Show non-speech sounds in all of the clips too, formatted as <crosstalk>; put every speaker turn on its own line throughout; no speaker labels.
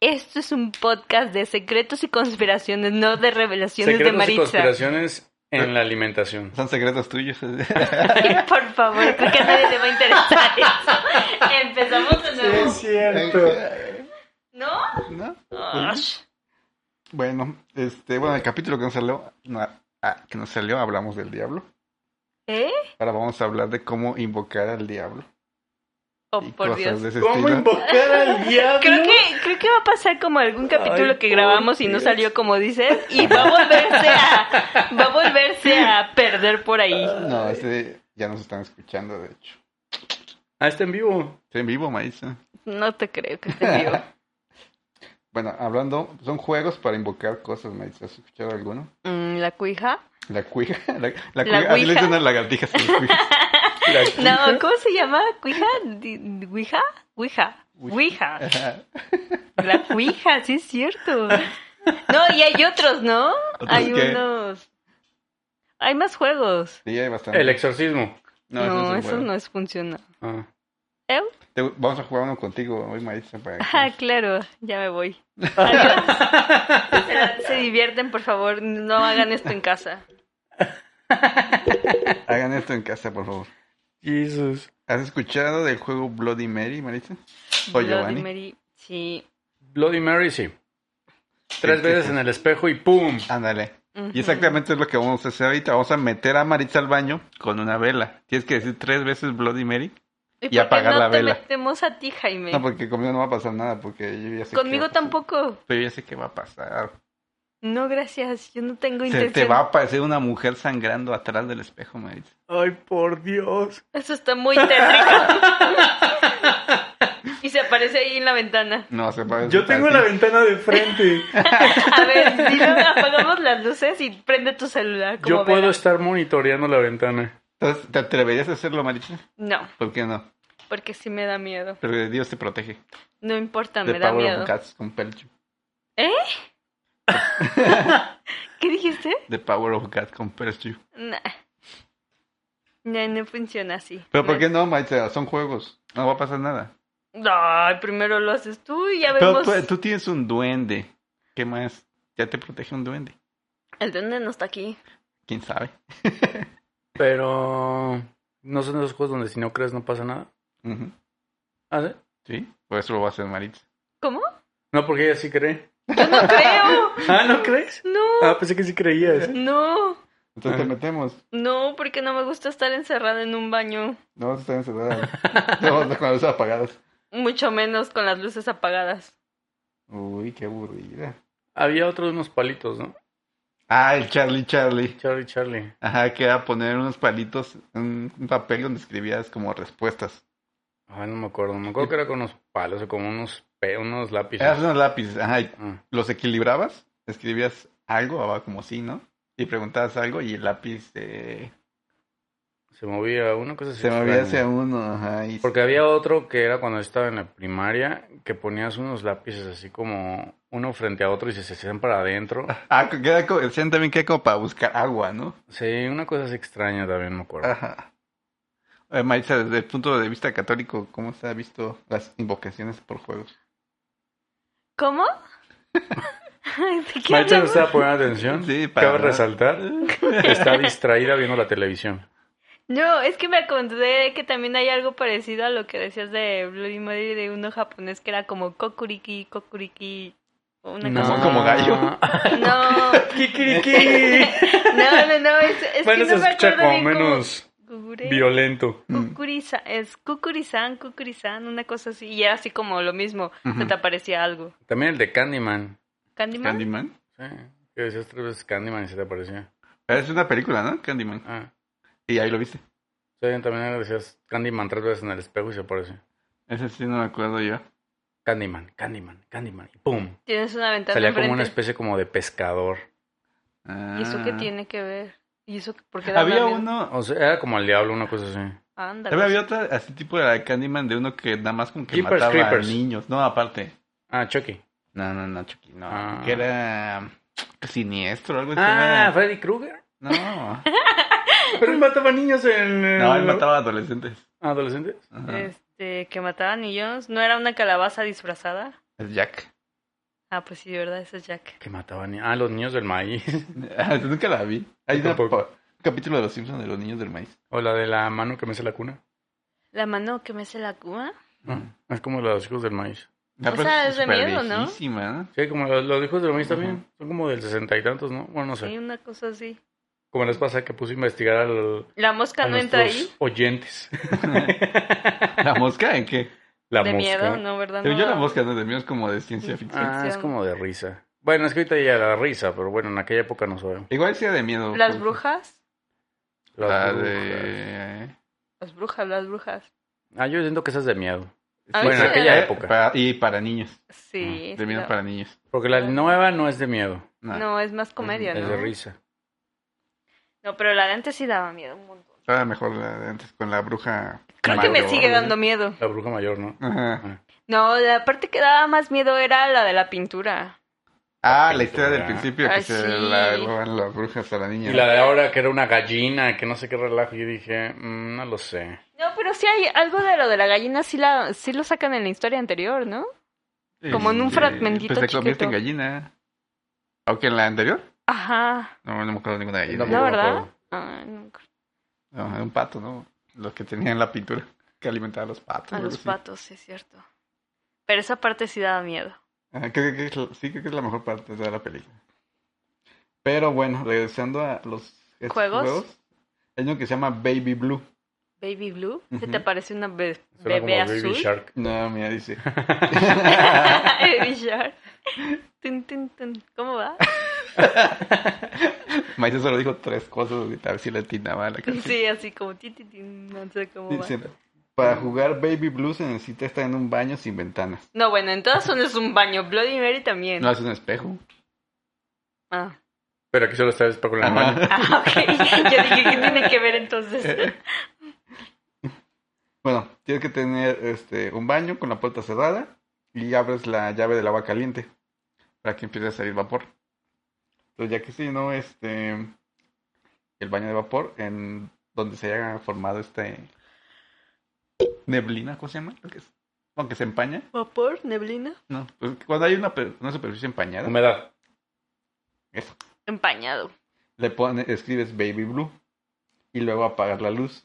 es un podcast de secretos y conspiraciones, no de revelaciones
Secretos
de
y
Maritza.
conspiraciones en la alimentación.
Son
<laughs>
secretos tuyos. <laughs>
Ay, <laughs> por favor, creo que a nadie le va a interesar eso. Empezamos de nuevo.
cierto.
¿No?
¿No?
Ah,
Bueno, este, bueno, el capítulo que nos salió, no, ah, que nos salió, hablamos del diablo.
¿Eh?
Ahora vamos a hablar de cómo invocar al diablo.
Oh,
y
por
cosas
Dios.
de ese
¿Cómo
estilo.
invocar al diablo?
<laughs> Creo que, creo que va a pasar como algún capítulo
Ay,
que
por
grabamos y no
Dios.
salió como dices y va a volverse a, va a, volverse a perder por ahí.
No, ese ya nos están escuchando, de hecho.
Ah, está en vivo.
Está en vivo, Maísa.
No te creo que te digo.
Bueno, hablando, son juegos para invocar cosas, Maísa. ¿Has escuchado alguno?
Mm, ¿La cuija?
La cuija. <laughs> La, la cuija. Así le
ouija?
dicen a las lagartijas. a las
<laughs>
cuijas.
No, ¿cómo se llama? ¿Cuija? Di- ¿Ouija? Ouija. Ouija.
Ajá.
La cuija, sí es
<laughs>
cierto. No, y hay otros, ¿no?
¿Otros
Hay
qué?
unos... Hay más juegos.
Sí, hay bastante.
El exorcismo.
No,
ese es un
eso
juego.
no es funcional.
Ah.
¿Eu?
Te- vamos a jugar uno contigo hoy, Maísa. Para que-
Ah, claro, ya me
<laughs>
voy. Adiós. se, se divierten, por favor, no hagan esto en casa.
Hagan esto en casa, por favor.
Jesús.
¿Has escuchado del juego Bloody Mary, Maritza? Soy
Bloody
Giovanni.
Mary, sí.
Bloody Mary, sí. Tres
Sí, sí,
veces
sí.
en el espejo y ¡pum!
Ándale.
Ujú.
Y exactamente es lo que vamos a hacer ahorita. Vamos a meter a Maritza al baño con una vela. Tienes que decir tres veces Bloody Mary.
¿Y,
y
por qué
apagar
no
la
te
vela.
metemos a ti, Jaime?
No, porque conmigo no va a pasar nada, porque yo ya sé qué va
Conmigo
a pasar.
tampoco.
Pero yo ya sé qué va a pasar.
No, gracias, yo no tengo
Se
intención.
te va a aparecer una mujer sangrando atrás del espejo, Maritza.
¡Ay, por Dios!
Eso está muy
<laughs>
tétrico. y se aparece ahí en la ventana.
No, se va a
Yo tengo la
Pues así.
ventana de
<laughs>
frente.
A ver, dilo, apagamos las luces y prende tu celular. Como
Yo puedo
vela.
estar monitoreando la ventana.
Entonces, ¿te atreverías a hacerlo, Maritza?
No,
¿Por qué no?
porque sí me da miedo.
Pero Dios te protege.
No importa,
The
me da
power of
miedo.
cats con pelcho.
¿Qué dijiste?
The power of cats con pelcho.
Nah. No, no funciona así.
Pero ¿por qué no, Maritza? Son juegos. No va a pasar nada.
Ay, primero lo haces tú y ya
Pero
vemos.
tú, eh, tú tienes un duende. ¿Qué más? Ya te protege un duende.
El duende no está aquí.
¿Quién sabe?
Pero... ¿No son esos juegos donde si no crees no pasa nada?
Ujú.
¿Ah, sí?
Sí, por eso lo va a hacer Maritza.
¿Cómo?
No, porque ella sí cree.
Yo no creo.
¿Ah, no crees?
No,
Ah, pensé que sí creías.
no,
Entonces
Ah.
te metemos.
no, porque no me gusta estar encerrada en un baño.
No vas a estar <laughs> encerrada. No vas a estar con las luces apagadas.
Mucho menos con las luces apagadas.
Uy, qué aburrida.
Había otro de unos palitos, ¿no?
Ah, el Charlie Charlie.
Charlie, Charlie.
Ajá, que era poner unos palitos, un, un papel donde escribías como respuestas.
Ay, no me acuerdo. Me acuerdo que era con unos palos o como unos, pe- unos lápices.
Eras unos lápices, ajá, y
Ah.
los equilibrabas, escribías algo, abajo como sí, ¿no? Y preguntabas algo y el lápiz eh,
Se movía una cosa así
se movía
extraña.
hacia uno, ajá. Y
Porque había otro que era cuando estaba en la primaria, que ponías unos lápices así como uno frente a otro y se se hacían para adentro.
Ah, que era como- decían también que era como para buscar agua, ¿no?
Sí, una cosa así extraña también, me acuerdo.
Ajá. Eh, Maritza, desde el punto de vista católico, ¿cómo se han visto las invocaciones por juegos?
<laughs>
¿Cómo? ¿De qué
Maritza no
hablamos?
estaba poniendo atención.
Sí, para
Cabe
nada.
resaltar.
<laughs>
Está distraída viendo la televisión.
No, es que me acordé de que también hay algo parecido a lo que decías de Bloody Mary de uno japonés que era como kokuriki, kokuriki, o una
No.
cosa.
como gallo.
No,
<laughs> ¡Kikiriki!
<laughs> no, no, no, es, es
Bueno,
que no
se
me
escucha
acuerdo
como
bien cómo-
menos Mm.
Kugure-
violento.
Mm.
Kukuriza- es Kukurizan, Kukurizan, una cosa así, y era así como lo mismo, se
Ujú.
te aparecía algo.
También el de Candyman.
¿Candyman?
Candyman. Eh,
Sí, que decías tres veces Candyman y se te aparecía.
Es una película, ¿no? Candyman.
Ah.
Y ahí lo viste.
Sí, también decías Candyman tres veces en el espejo y se aparecía.
Ese sí no me acuerdo yo.
Candyman, Candyman, Candyman. Y ¡Pum!
Tienes una ventana
Salía como una
enfrente.
especie como de pescador.
Ah.
¿Y eso qué tiene que ver? ¿Y eso por qué da
Había
miedo?
uno...
O sea, era como el diablo, una cosa así.
Ándale.
También había otra, así tipo de la de Candyman, de uno que nada más como que
Jeepers
mataba
Creepers.
a niños. No, aparte.
Ah, Chucky.
No, no, no, Chucky, no.
Ah.
Que era um, siniestro, algo así.
Ah,
¿no?
Freddy Krueger.
No,
<laughs> Pero él mataba niños en...
no, él mataba a adolescentes.
¿Adolescentes?
Ajá.
Eh, Este, que mataban niños. ¿No era una calabaza disfrazada?
Es Jack. <laughs>
Ah, pues sí, de verdad, eso es Jack.
Que mataban ni- Ah, los niños del maíz. <laughs>
Ah, Nunca la vi. Hay
Yo
una
tampoco.
pa- un capítulo de Los Simpsons de los niños del maíz.
O la de la mano que mece la cuna.
La mano que me hace la cuna.
No,
Mm.
es como la de los hijos del maíz.
O sea, es de miedo, ¿no?
¿no?
Sí, como los, los hijos del maíz
Ajá.
también. Son como del sesenta y tantos, ¿no? Bueno, no sé.
Sí, una cosa así.
Como les pasa que puse a investigar al,
La
a
mosca no entra ahí.
nuestros oyentes. <laughs>
¿La mosca en qué?
La
de
mosca.
miedo, no, ¿verdad?
Pero
No.
yo la mosca no, de mí es como de ciencia ficción.
Ah, es
Ficción.
como de risa. Bueno, es que ahorita ya la risa, pero bueno, en aquella época no sabemos.
Igual sea de miedo.
Las
pues.
brujas.
Las
La
brujas.
de...
Las brujas, las brujas.
Ah, yo siento que esa es de miedo.
A mí
Bueno,
sí me
aquella
da-
época.
para- y para niños.
Sí.
de miedo
no.
para niños.
Porque la nueva no es de miedo,
No.
No, es más Ah. comedia,
es
¿no?
de risa.
No, pero la de antes sí daba miedo un montón.
Estaba mejor la de antes con la bruja.
Creo que me
Mayor,
¿eh?
sigue
¿no?
dando miedo.
La bruja mayor, ¿no?
Ajá.
No, la parte que daba más miedo era la de la pintura.
Ah, la historia del principio que
Ah,
se
sí.
la roban las brujas a la niña.
Y la de ahora que era una gallina, que no sé qué relajo. Yo dije, "Mm, no lo sé.
No, pero sí hay algo de lo de la gallina, sí, la, sí lo sacan en la historia anterior, ¿no? como en un
Este,
fragmentito
Pues se convierte en
chiquito.
gallina. Aunque en la anterior,
Ajá.
no, no me acuerdo de ninguna
Yo
gallina.
tampoco
No,
me
¿verdad?
acuerdo.
Ay, no,
No, era un pato, ¿no? Los que tenían la pintura que alimentaba a los patos.
a
algo
los
así.
patos, sí, es cierto. Pero esa parte sí daba miedo.
Ajá, creo que es la- sí, creo que es la mejor parte de la película. Pero bueno, regresando a los estos
¿Juegos?
Hay uno que se llama Baby Blue.
Baby Blue, ¿qué te
Ujú.
parece una be-
Suena
bebé
como Baby
azul?
Shark.
No, mira, dice.
<laughs>
<laughs>
Baby Shark. Tun, tun, tun. ¿Cómo va?
Maite solo dijo tres cosas ahorita, a ver si le atinaba a la canción.
Sí, así como ti, ti, tin, no sé cómo va.
Dice, para jugar Baby Blue se necesita estar en un baño sin ventanas.
No, bueno, en todas son es un baño. Bloody Mary también.
No es un espejo.
Ah.
Pero aquí solo está el con la mano.
Ah, ok. <laughs> Yo dije, ¿qué tiene que ver entonces?
<laughs> Bueno, tienes que tener este un baño con la puerta cerrada y abres la llave del agua caliente para que empiece a salir vapor. Pero ya que si no, este el baño de vapor en donde se haya formado este neblina, ¿cómo se llama? Lo que es- Aunque se empaña,
¿Vapor? ¿Neblina?
no, pues, cuando hay una, per- una superficie empañada,
Humedad.
eso,
Empañado.
le pone- escribes baby blue y luego apagas la luz.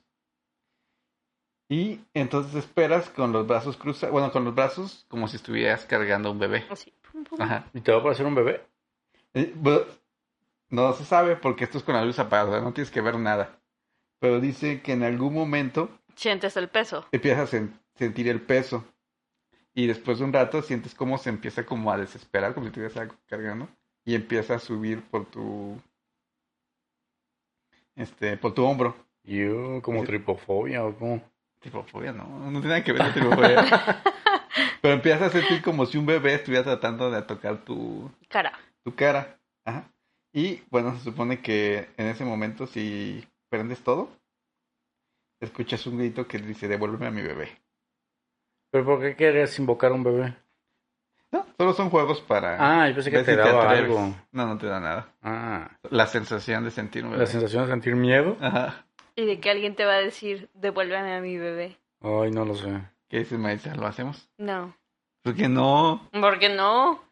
Y entonces esperas con los brazos cruzados, bueno, con los brazos como si estuvieras cargando un bebé.
Así. pum, pum.
Ajá.
¿Y te va a parecer un bebé?
Eh, bueno, No se sabe porque esto es con la luz apagada, no tienes que ver nada. Pero dice que en algún momento
Sientes el peso.
empiezas a sen- sentir el peso. Y después de un rato sientes cómo se empieza como a desesperar, como si estuvieras algo cargando. Y empieza a subir por tu... Este, por tu hombro.
Yo, uh, como
Sí.
tripofobia o como...
Tripofobia, no, no tiene nada que ver con tripofobia.
<laughs>
Pero empiezas a sentir como si un bebé estuviera tratando de tocar tu,
Cara.
tu cara. Ajá. Y bueno, se supone que en ese momento, si prendes todo, escuchas un grito que dice: Devuélveme a mi bebé.
¿Pero por qué querías invocar a un bebé?
No, solo son juegos para.
Ah, yo pensé que
ver
te
si
daba
atreves.
algo.
No, no te da nada.
Ah,
La sensación de sentir un bebé.
la sensación de sentir miedo.
Ajá.
Y de que alguien te va a decir, devuélveme a mi bebé.
Ay, no lo sé.
¿Qué dices, Maestra? ¿Lo hacemos?
No.
Porque no.
¿Por qué no?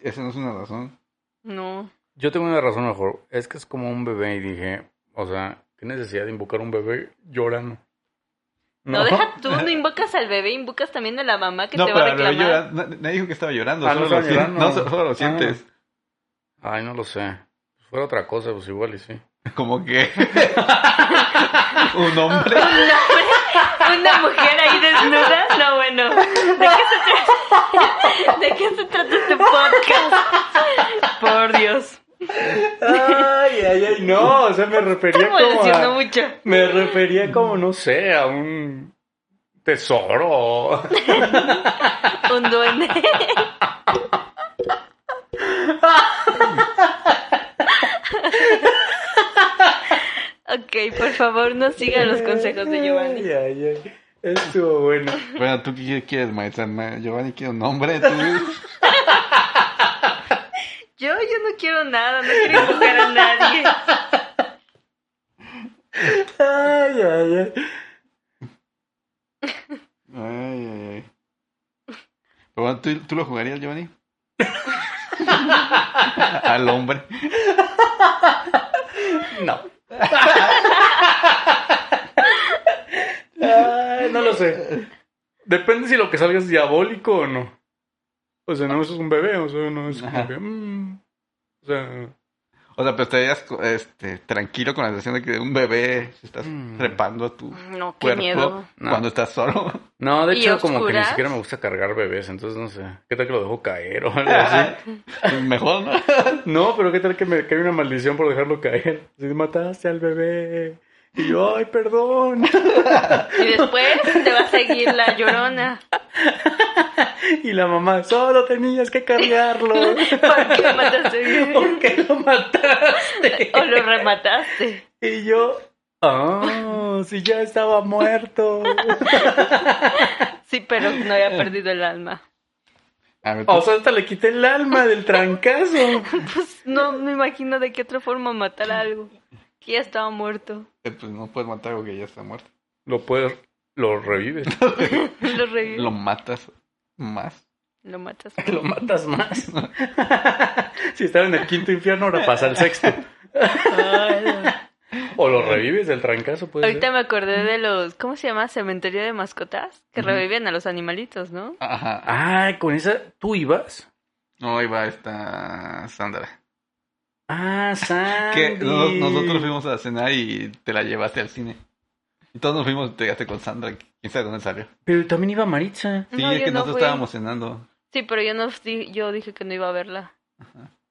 Esa no es una razón.
No.
Yo tengo una razón mejor. Es que es como un bebé y dije, o sea, ¿qué necesidad de invocar a un bebé llorando?
No, deja tú, no invocas al bebé, invocas también a la mamá que
no,
te va a
pero
reclamar. <laughs>
llora- na- nadie dijo que estaba llorando.
Ah, no
solo,
estaba
lo sien-
llorando.
no, solo lo
Ah.
sientes.
Ay, no lo sé. Si fuera otra cosa, pues igual y sí. <laughs>
Como que. un hombre.
Una, una mujer ahí desnuda. No, bueno. ¿De qué se trata, <laughs> ¿De qué se trata este podcast? Por Dios.
Ay, ay, ay, no. O sea, me refería
Estamos emocionando mucho.
Me refería como, no sé, a un tesoro. <laughs>
Un duende.
<laughs>
ok, por favor, no sigan los consejos de Giovanni.
ay, ay. Estuvo bueno.
Bueno, ¿tú qué quieres, maestra? Ma- Giovanni quiere un hombre. ¿Tú?
<laughs>
Yo, yo no quiero nada, no quiero invocar a nadie.
Ay, ay, ay. <laughs>
Ay, ay, ay. Pero bueno, ¿tú, tú lo jugarías, Giovanni? al hombre.
No.
Ay, no lo sé.
Depende si lo que salga es diabólico o no. O sea, no, eso es un bebé, o sea, no es como
Ajá.
que... mm, o sea,
O sea, pero estarías este, tranquilo con la sensación de que un bebé se estás
Mm.
trepando a tu
<laughs> No, qué
cuerpo
miedo.
No.
cuando estás solo.
no, de
¿Y
hecho, como que ni
oscuras?
siquiera me gusta cargar bebés, entonces no sé. ¿Qué tal que lo dejo caer o algo así? <laughs>
Mejor, ¿no?
Ah, No, pero qué tal que me cae una maldición por dejarlo caer. Si mataste al bebé. Y yo, ay, perdón. <laughs>
Y después te va a seguir la llorona.
Y la mamá, solo tenías que cargarlo. <laughs>
¿Por qué lo <laughs> mataste?
¿Por qué lo mataste?
O lo remataste.
Y yo, ah, si ya estaba muerto.
Sí, pero no había perdido el alma.
A ver, tú-
O sea, hasta le quité el alma del trancazo.
Pues no me imagino de qué otra forma matar algo. Que ya estaba muerto.
eh, pues no puedes matar algo que ya está muerto.
Lo puedes, lo revives.
Lo revives.
Lo
Lo,
matas más.
matas.
<laughs>
<laughs>
Lo matas más. <laughs> si estaba en el quinto infierno, ahora pasa al sexto. O lo revives del trancazo, puede ser.
Ahorita me acordé de los, ¿cómo se llama? Cementerio de mascotas, que
Ujú.
revivían a los animalitos, ¿no?
Ajá.
Ah, con esa, ¿tú ibas?
No, ahí va esta Sandra.
Ah,
Que
Sandy.
nos- nosotros fuimos a cenar y te la llevaste al cine. Y todos nos fuimos, te llegaste con Sandra. ¿Quién sabe dónde salió?
Pero también iba Maritza.
Sí,
No,
es
yo
que
no
nosotros
fui.
estábamos cenando.
Sí, pero yo no di- yo dije que no iba a verla.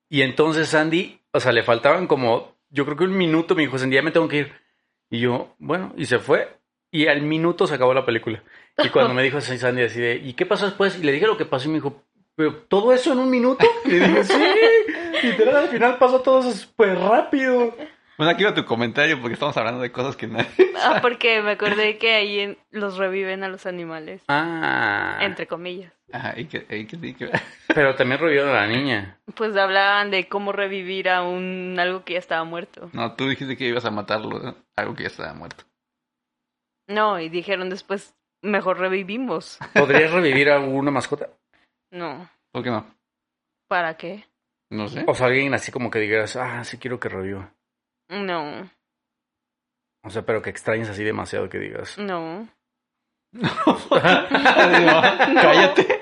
Y entonces Sandy, o sea, le faltaban como, yo creo que un minuto, me dijo, Sandy, ya me tengo que ir. Y yo, bueno, y se fue. Y al minuto se acabó la película. Y cuando me dijo así, Sandy, así de, ¿y qué pasó después? Y le dije lo que pasó y me dijo, ¿pero todo eso en un minuto? Y le dije, sí, literal, al final pasó todo eso súper rápido.
Bueno, aquí va tu comentario porque estamos hablando de cosas que nadie. <laughs>
Ah, porque me acordé que ahí en- los reviven a los animales,
Ah,
entre comillas.
Ajá, y que, y que, y que-
pero también revivieron a la niña.
Pues hablaban de cómo revivir a un algo que ya estaba muerto.
No, tú dijiste que ibas a matarlo, ¿no? algo que ya estaba muerto.
No, y dijeron después, mejor revivimos.
¿Podrías revivir a una mascota?
No,
¿Por qué no?
¿para qué?
No sé. <laughs>
O sea, alguien así como que digas, ah, sí quiero que reviva.
No,
O sea, pero que extrañes así demasiado
<laughs>
que digas.
no.
Cállate.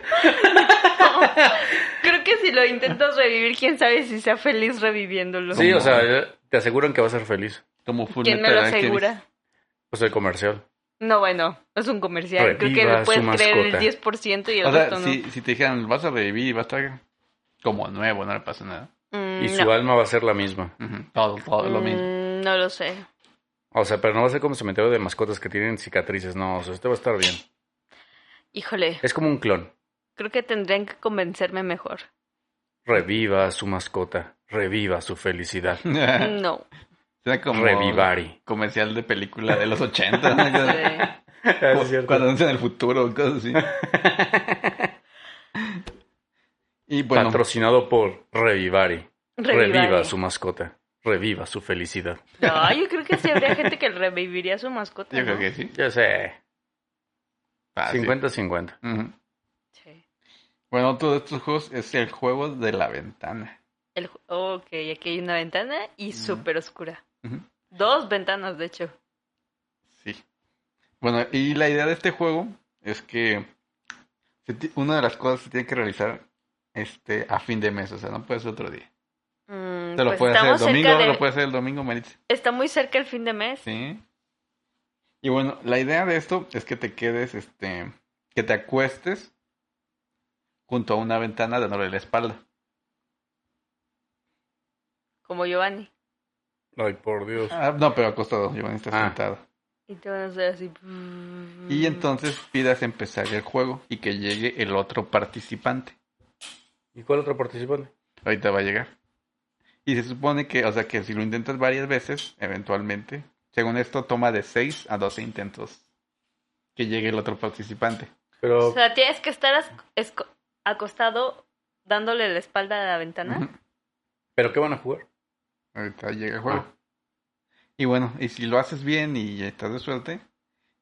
Creo que si lo intentas revivir, quién sabe si sea feliz reviviéndolo.
Sí, pues, o
¿Cómo?
sea, te aseguran que vas a ser feliz.
Como full
¿Quién me lo
Metal Alchemist.
asegura?
Pues el comercial.
No, bueno, es un comercial. Creo que
Reviva
le puedes
su
creer
mascota.
el 10% y el
O sea,
resto no.
si, si te dijeran, vas a revivir y va a estar como nuevo, no le pasa nada.
Mm,
Y su
no.
alma va a ser la misma.
Ujú, Todo, todo lo mismo.
Mm, no lo sé.
O sea, pero no va a ser como cementerio de mascotas que tienen cicatrices. No, o sea, este va a estar bien.
Híjole,
Es como un clon.
creo que tendrían que convencerme mejor.
Reviva su mascota. Reviva su felicidad.
<laughs>
No. <laughs>
Suena
<laughs>
como
Revivari.
comercial de película de los 80,
<laughs>
¿no?
no
Cuando-
sé.
Ah,
Cuando anuncian el futuro,
<laughs>
cosas así. y bueno,
Patrocinado por Revivari. Reviva
Revivaré.
su mascota. Reviva su felicidad.
No, yo creo que sí habría gente que reviviría a su mascota.
yo creo
¿no?
que sí.
Ya sé. Ah,
Fácil.
50-50.
Ujú.
Sí.
Bueno, otro de estos juegos es el juego de la ventana.
El ju- ok, aquí hay una ventana y
Ujú.
súper oscura.
Ujú.
Dos ventanas, de hecho.
Sí. Bueno, y la idea de este juego es que se ti- una de las cosas se tiene que realizar este a fin de mes, o sea, no puede ser otro día.
Mm,
Te lo
pues
puede hacer el
estamos cerca
domingo,
de-
lo puede hacer el domingo, Maritza.
Está muy cerca el fin de mes.
Sí. Y bueno, la idea de esto es que te quedes, este, que te acuestes junto a una ventana dándole la espalda.
Como Giovanni.
Ay, por Dios.
Ah, no, pero acostado, Giovanni está
Ah.
sentado.
Y te van a hacer así. Mm.
Y entonces pidas empezar el juego y que llegue el otro participante.
¿Y cuál otro participante?
Ahorita va a llegar. Y se supone que, o sea, que si lo intentas varias veces, eventualmente, según esto, toma de 6 a 12 intentos que llegue el otro participante.
O
Pero,
sea, tienes que estar as- esco- acostado dándole la espalda a la ventana.
Ujú.
¿pero qué van a jugar?
Ahorita llega el juego.
Ah.
Y bueno, y si lo haces bien y estás de suerte,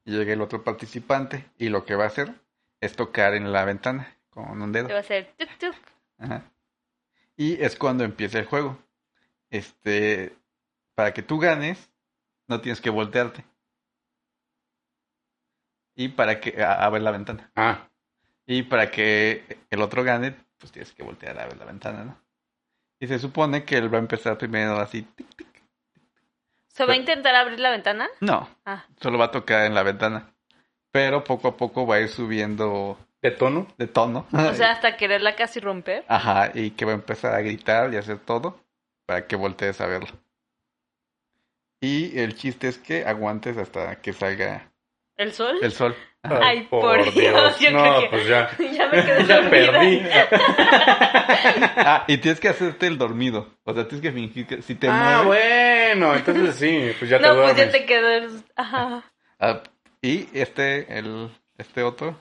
llega el otro participante y lo que va a hacer es tocar en la ventana con un
Te
dedo.
va a hacer tuk tuk.
Ajá. Y es cuando empieza el juego. Este, para que tú ganes, no tienes que voltearte. Y para que a, a ver la ventana.
Ah,
Y para que el otro gane, pues tienes que voltear a ver la ventana, ¿no? Y se supone que él va a empezar primero así. tic, tic.
¿Se va a intentar abrir la ventana?
No,
Ah,
solo va a tocar en la ventana. Pero poco a poco va a ir subiendo
de tono.
de tono.
o sea, hasta quererla casi romper.
<laughs> Ajá, y que va a empezar a gritar y a hacer todo para que voltees a verlo. Y el chiste es que aguantes hasta que salga
¿El sol?
el sol.
Ay, por Dios, yo
no,
creo que-
pues ya.
<laughs> ya me
<laughs>
quedé
Ya
dormida.
perdí.
Ah, y tienes que hacerte el dormido. O sea, tienes que fingir que si te
ah,
mueves.
bueno, entonces sí, pues ya te
No, pues
duermes.
ya te quedas. Ajá.
Ah, y este, el, este otro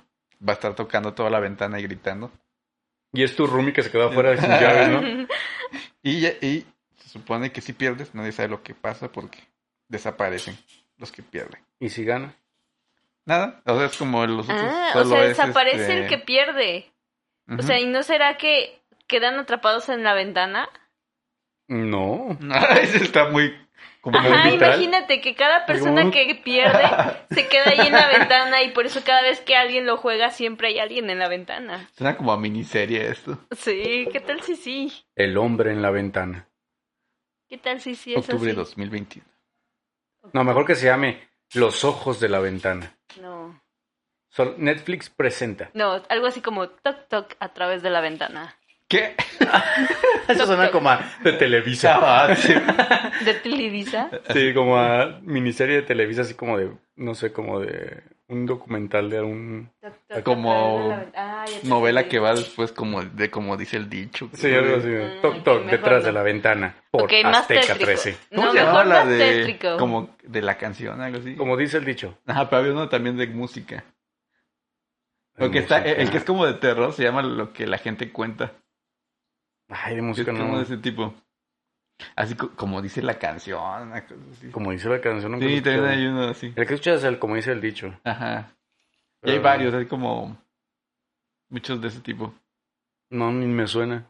va a estar tocando toda la ventana y gritando.
Y es tu roomie que se quedó afuera sin
<laughs>
llaves, ¿no?
Pues
Y, ya- y se supone que si pierdes, nadie sabe lo que pasa porque desaparecen los que pierden.
Y si gana.
Nada, o sea, es como los otros.
Ah, o
solo
sea,
es,
desaparece el
este,
que pierde. O
ujú. <laughs>
sea, ¿y no será que quedan atrapados en la ventana?
No.
Ese está muy como
Ajá,
Ajá,
muy vital.
imagínate que cada persona
Digo,
que
<laughs>
pierde se queda ahí en la ventana y por eso cada vez que alguien lo juega siempre hay alguien en la ventana.
Suena como a miniserie esto.
Sí, ¿qué tal si sí?
El hombre en la ventana.
¿Qué tal si sí es
Octubre de
así?
2021.
No, mejor que se llame Los ojos de la ventana.
No.
Sol- Netflix
<laughs>
presenta.
No, algo así como toc toc a través de la ventana.
¿Qué? <laughs>
Eso suena como a de Televisa.
<laughs> ¿De Televisa?
Sí, como a miniserie de Televisa, así como de, no sé, como de un documental de algún...
Toc, toc, a
<laughs> Como
través de la ven- Ah, ya te
Novela que
entendí.
va después como de como dice el dicho.
Sí, algo así.
Mm,
Toc, toc,
mejor
detrás
no.
de la ventana. Por
Ok, más
Azteca
tétrico.
13.
¿Cómo
no,
se llamaba
mejor
la
más
de
tétrico.
como de la canción, algo así?
Como dice el dicho.
Ajá, pero había uno también de música. Lo que está, el, el que es como de terror se llama lo que la gente cuenta.
Ay, de
Es
música
como
no.
de ese tipo. Así co- como dice la canción, una cosa así.
Como dice la canción. nunca lo he
Sí, también
escuchado.
hay uno así.
El que escuchas es el como dice el dicho.
Ajá. Y hay
Pero
varios, hay como muchos de ese tipo. <laughs>
No, ni me suena.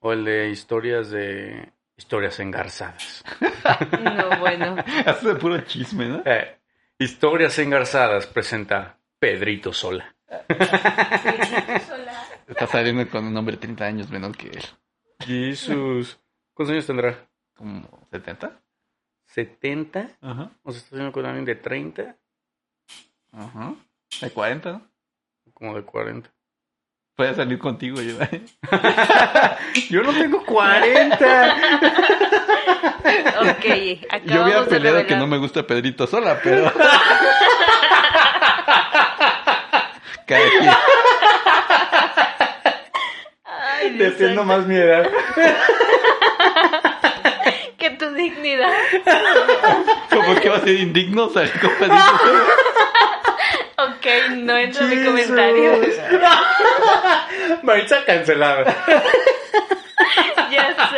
O el de historias de... Historias engarzadas.
No, bueno.
Hace de puro chisme, ¿no?
Eh, historias engarzadas presenta Pedrito Sola.
Está saliendo con un hombre 30 años menor que él.
Jesús. ¿Cuántos años tendrá?
Como 70.
¿70?
Ajá.
¿O se está haciendo con alguien de 30?
Ajá. De 40, ¿no?
Como de 40.
Puede salir contigo yo. ¿eh?
Yo no tengo <laughs> 40.
Ok,
<laughs> Yo hubiera
acabamos de
peleado
revelar.
que no me gusta Pedrito sola, pero. <laughs> Cada quien. <laughs>
Ay, Dios
Defiendo
santo.
más mi edad.
Que tu dignidad.
Como que va a ser indigno salir con Pedrito sola.
Ok, no entra mi comentario. <laughs>
<laughs> Maritza cancelada.
Ya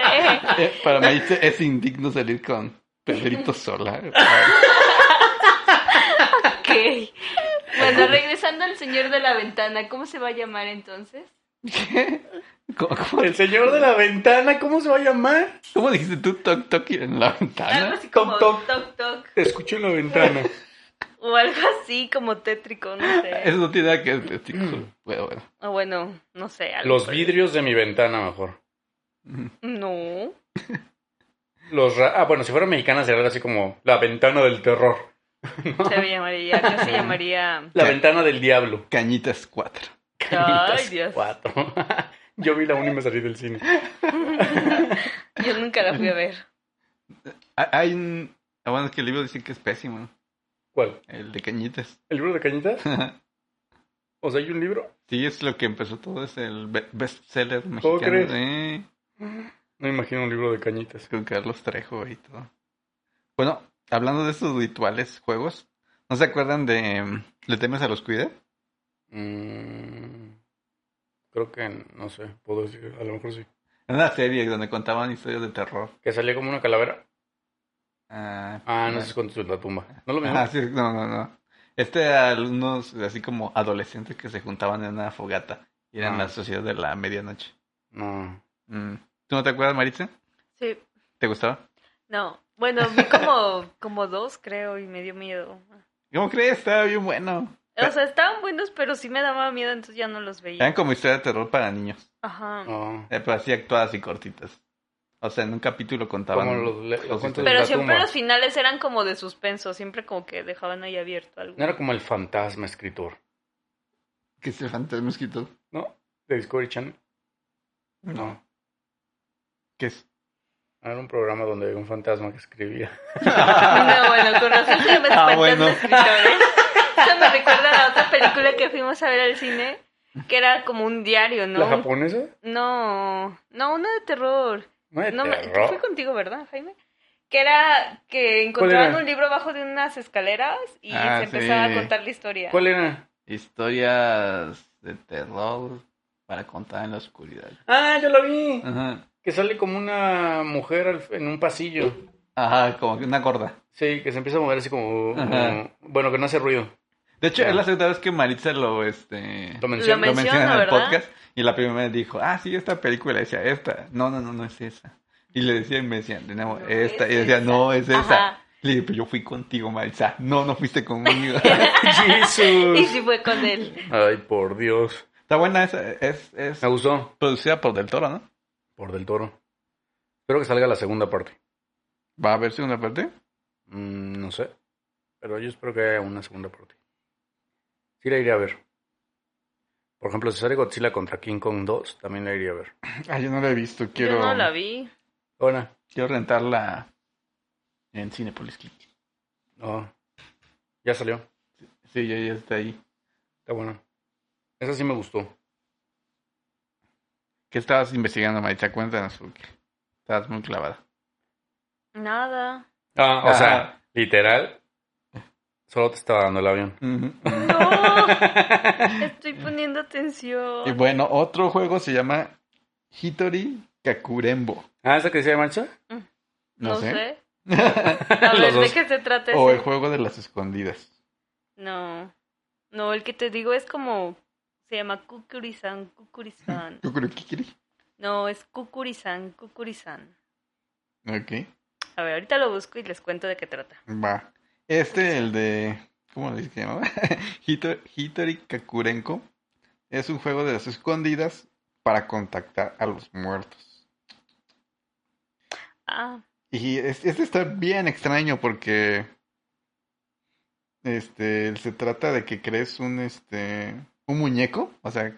sé.
Eh, para mí es- es indigno salir con Pedrito sola.
Ok. Bueno, regresando al señor de la ventana, ¿cómo se va a llamar entonces?
¿Cómo, cómo-
El señor de la ventana, ¿cómo se va a llamar?
cómo dijiste tú, toc toc en la
Algo
ventana?
así como
Toc,
toc toc,
Te escucho en la ventana.
o algo así como tétrico, no sé.
<laughs>
Eso no tiene nada que ver con testículo. Bueno, bueno.
O bueno, no sé. algo
<laughs> Los
por-
vidrios de mi ventana, mejor.
No.
Los ra- ah, bueno, si fuera mexicana sería algo así como la ventana del terror.
Se llamaría, yo
<laughs>
se llamaría.
La
Sí.
ventana del diablo.
Cañitas 4.
<laughs>
Ay, Dios.
Cuatro. <laughs> Yo vi la una y me salí del cine.
Yo nunca la fui a ver.
Ah, Hay un. ah, Bueno, es que el libro dicen que es pésimo, ¿no?
¿Cuál?
El de Cañitas.
¿El libro de Cañita? <laughs> O sea, hay un libro.
sí, es lo que empezó todo, es el be- bestseller
¿Cómo
mexicano.
crees?
sí,
No imagino un libro de Cañitas.
con Carlos Trejo y todo. Bueno, hablando de estos rituales, juegos, ¿no se acuerdan de mm, Le temes a los cuida?
Mm, creo que no sé. Puedo decir, a lo mejor sí.
Era una serie donde contaban historias de terror.
Que salía como una calavera.
Ah,
Ah, no
bueno.
se esconde en la tumba. No lo mismo.
Ajá, Ah, sí, no, no, no. Este era unos así como adolescentes que se juntaban en una fogata y eran
Ah.
la sociedad de la medianoche.
No.
Mm. ¿Tú no te acuerdas, Maritza?
Sí.
¿Te gustaba?
No. Bueno, vi como, como dos, creo, y me dio miedo.
¿Cómo crees? Estaba bien bueno.
O sea, estaban buenos, pero sí me daba miedo, entonces ya no los
Eran
veía.
como historia de terror para niños.
Ajá.
no.
Eh, Pero así actuadas y cortitas. O sea, en un capítulo contaban.
Como los, le- los
cositas.
cuentos de
Pero
la
siempre
tumba.
los finales eran como de suspenso, siempre como que dejaban ahí abierto algo. <laughs>
No era como el fantasma escritor,
¿Qué es el fantasma escrito?
¿no? De Discovery Channel.
No. ¿Qué es?
Era un programa donde había un fantasma que
<laughs>
escribía.
No, bueno, con razón
<laughs>
se llaman
Ah,
fantasma
bueno.
escritores. Eso me recuerda a la otra película que fuimos a ver al cine, que era como un diario, ¿no?
¿La japonesa?
No, no, una de terror.
No, de
No, me-
terror.
fue contigo, ¿verdad, Jaime? Que era que
era?
encontraban un libro abajo de unas escaleras y
Ah,
se empezaba
sí.
a contar la historia.
¿Cuál era?
Historias de terror para contar en la oscuridad.
Ah, yo la vi.
Ajá.
Que sale como una mujer al- en un pasillo.
Ajá, como que una gorda.
Sí, que se empieza a mover así como...
Ajá.
como- bueno, que no hace ruido.
De hecho,
Ya.
es la segunda vez que Maritza lo, este,
Lo
Lo
menciona.
menciona en
menciona,
el
¿verdad?
podcast. Y la primera vez dijo, ah, sí, esta película, y decía, esta. No, no, no, no es esa. Y le decía, y me decían, de nuevo,
No,
esta.
es
y decía,
esa.
no, es esa.
Ajá.
Le dije, pero yo fui contigo, Maritza. No, no
<laughs>
fuiste conmigo.
Y
<laughs> ¡Jesús!
sí fue con él.
Ay, por Dios.
Está buena esa. Es, es
Me gustó.
producida por Del Toro, ¿no?
Por Del Toro. Espero que salga la segunda parte.
¿Va a haber segunda parte?
Mm, no sé. Pero yo espero que haya una segunda parte. Sí la iré a ver. Por ejemplo, si sale Godzilla contra King Kong 2, también la iré a ver.
Ah, yo no la he visto. Quiero,
Yo no la vi.
Hola.
quiero rentarla en Cinepolis Click.
No. Ya salió.
Sí, ya, ya está ahí.
Está bueno. Esa sí me gustó.
¿Qué estabas investigando, Maritza? Cuéntanos, porque estabas muy clavada. <laughs>
Nada.
Ah, o
Ajá.
sea, literal. Solo te estaba dando el
<laughs>
avión. Ah,
No, estoy poniendo atención.
Y bueno, otro juego se llama Hitori Kakurembo.
Ah, esa que decía de marcha.
No,
no
sé. <laughs>
sé. A ver,
Los
¿de
dos.
qué se trata
O el
ese?
juego de las escondidas.
No. No, el que te digo es como. Se llama Kukurizan, Kukurizan.
Kukurukikiri.
No, es Kukurizan, Kukurizan.
Ok,
A ver, ahorita lo busco y les cuento de qué trata.
va. Este, el de. ¿Cómo le dice que llamaba? <laughs> Hito- Hitori Kakurenko. Es un juego de las escondidas para contactar a los muertos.
Ah,
Y es- este está bien extraño porque este se trata de que crees un este un muñeco, o sea,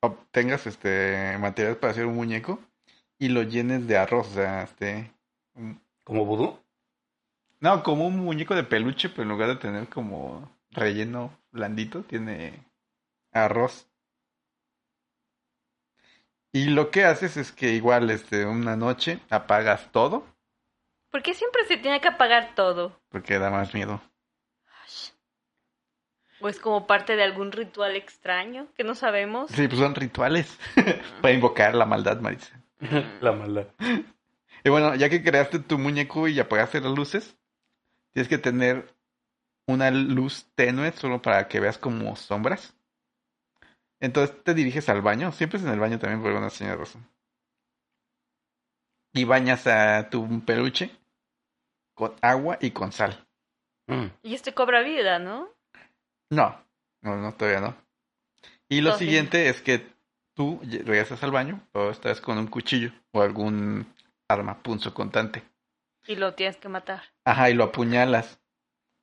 obtengas este material para hacer un muñeco y lo llenes de arroz, o sea, este un-
Como vudú.
no, como un muñeco de peluche, pero en lugar de tener como relleno blandito, tiene arroz. Y lo que haces es que igual este una noche apagas todo
¿por qué siempre se tiene que apagar todo?
porque da más miedo.
¿O es como parte de algún ritual extraño que no sabemos?
Sí, pues son rituales <laughs> para invocar la maldad, Maritza.
La maldad.
Y bueno, ya que creaste tu muñeco y apagaste las luces, tienes que tener una luz tenue solo para que veas como sombras. Entonces te diriges al baño, siempre es en el baño también por alguna señal de razón. Y bañas a tu peluche con agua y con sal.
Mm.
Y este cobra vida, ¿no?
No, no, no, todavía no. Y lo
Ok.
siguiente es que tú lle- regresas al baño, pero estás con un cuchillo o algún arma punzocontante.
Y lo tienes que matar.
Ajá, y lo apuñalas.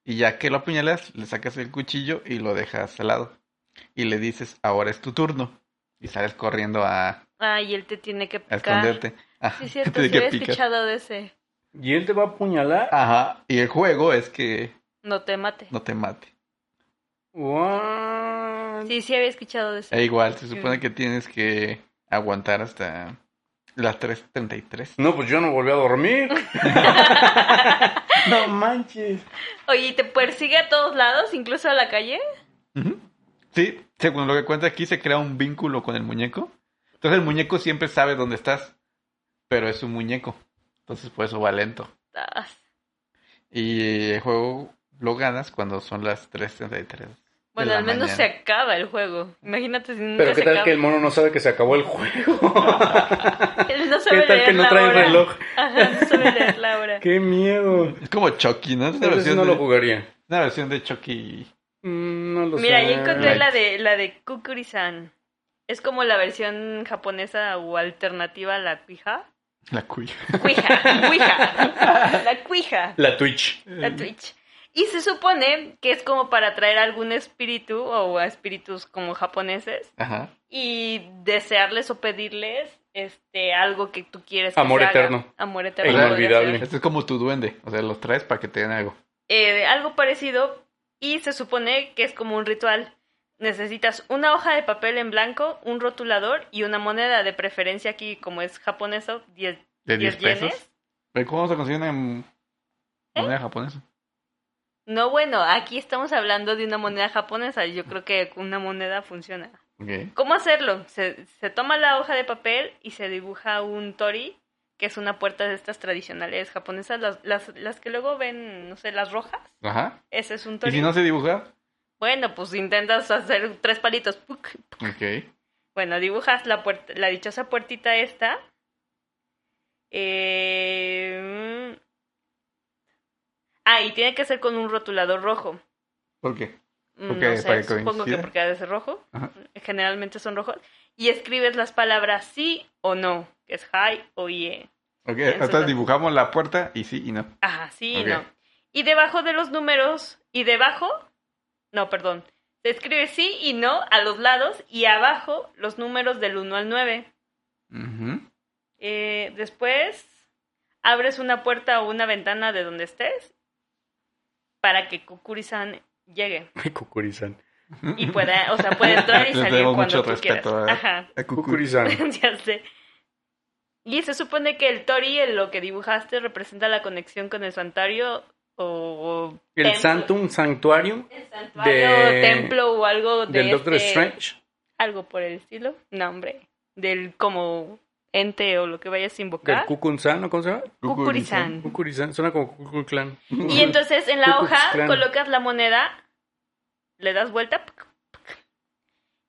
Y ya que lo apuñalas, le sacas el cuchillo y lo dejas al lado. Y le dices, ahora es tu turno. Y sales corriendo a, a
Ah, y él te tiene que picar.
esconderte.
Sí,
Ajá,
es
<laughs>
<laughs>
cierto,
tiene
sí
que
había
picar.
escuchado de ese.
Y él te va a apuñalar.
Ajá, y el juego es que
No te mate.
no te mate.
What?
Sí, sí había escuchado de ese.
E igual, se supone que tienes que aguantar hasta las 3.33.
No, pues yo no volví a dormir. <laughs> no manches.
Oye, ¿y te persigue a todos lados, incluso a la calle?
Ujú. Sí, según lo que cuenta aquí, se crea un vínculo con el muñeco. Entonces el muñeco siempre sabe dónde estás, pero es un muñeco. Entonces por eso va lento.
Ah,
Y el juego lo ganas cuando son las 3.33.
Bueno,
la
al menos
mañana.
se acaba el juego. Imagínate si nunca
Pero qué
se
tal
acaba.
que el mono no sabe que se acabó el juego.
<laughs> Él no
¿Qué
sabe
tal que
leer
no
la
trae el
hora.
reloj?
Ajá, no sabe leer la hora.
Qué miedo.
Es como Chucky, ¿no? Es una
Entonces
versión,
no lo
de,
jugaría.
una versión de Chucky.
Mm, No lo sé.
Mira, yo encontré
Like.
la de la de Kukuri-san. Es como la versión japonesa o alternativa a la cuija.
La cuya.
Cuija, cuija. La cuija,
La Twitch.
la Twitch. Y se supone que es como para atraer algún espíritu o a espíritus como japoneses
Ajá.
y desearles o pedirles este algo que tú quieres que
Amor
se haga.
eterno.
Amor eterno.
E
podría
inolvidable.
ser.
Este es como tu duende. O sea, los traes para que te den algo.
Eh, algo parecido y se supone que es como un ritual. Necesitas una hoja de papel en blanco, un rotulador y una moneda, de preferencia aquí como es japonesa, 10
¿De
10
10 pesos?
yenes.
Pero ¿Cómo se consigue una mm,
¿Eh?
moneda japonesa?
No, bueno, aquí estamos hablando de una moneda japonesa. Yo creo que una moneda funciona.
Ok.
¿Cómo hacerlo? Se, se toma la hoja de papel y se dibuja un tori, que es una puerta de estas tradicionales japonesas, las, las, las que luego ven, no sé, las rojas.
Ajá.
Ese es un
¿Y
tori.
si no se dibuja?
Bueno, pues intentas hacer tres palitos. puc, puc.
Ok.
Bueno, dibujas la, puerta, la dichosa puertita esta. Eh... mm. Ah, y tiene que ser con un rotulador rojo.
¿Por qué?
Mm,
Ok,
no sé,
para que
supongo que
coincida.
porque ha de ser rojo.
Ajá.
Generalmente son rojos. Y escribes las palabras sí o no, que es hi o ye.
Ok,
Eso
entonces
es-
dibujamos la puerta y sí y no.
Ajá, sí
Ok.
y no. Y debajo de los números, y debajo, no, perdón, se escribe sí y no a los lados y abajo los números del 1 al 9.
Ujú.
Eh, después abres una puerta o una ventana de donde estés para que Kukuri-san llegue
Ay, Kukurizan.
y pueda, o sea, puede entrar y
Le
salir
debemos
cuando
mucho
tú
respeto
quieras.
¿eh?
a-
Ajá,
A
<laughs>
cucú.
Kukurizan.
ya sé. Y se supone que el Tori, en lo que dibujaste, representa la conexión con el santuario o... o
El
templo.
Santum Sanctuarium
El santuario,
de-
templo o algo de
del Doctor
este-
Strange.
Algo por el estilo. No, hombre. Del como ente o lo que vayas a
Del
invocar.
Kukunzan, ¿o cómo se llama?
Kukuri-san.
Kukurizan. Suena como Kukul Clan.
Y entonces en la
Ku Klux
hoja
Klan.
colocas la moneda, le das vuelta. puc, puc.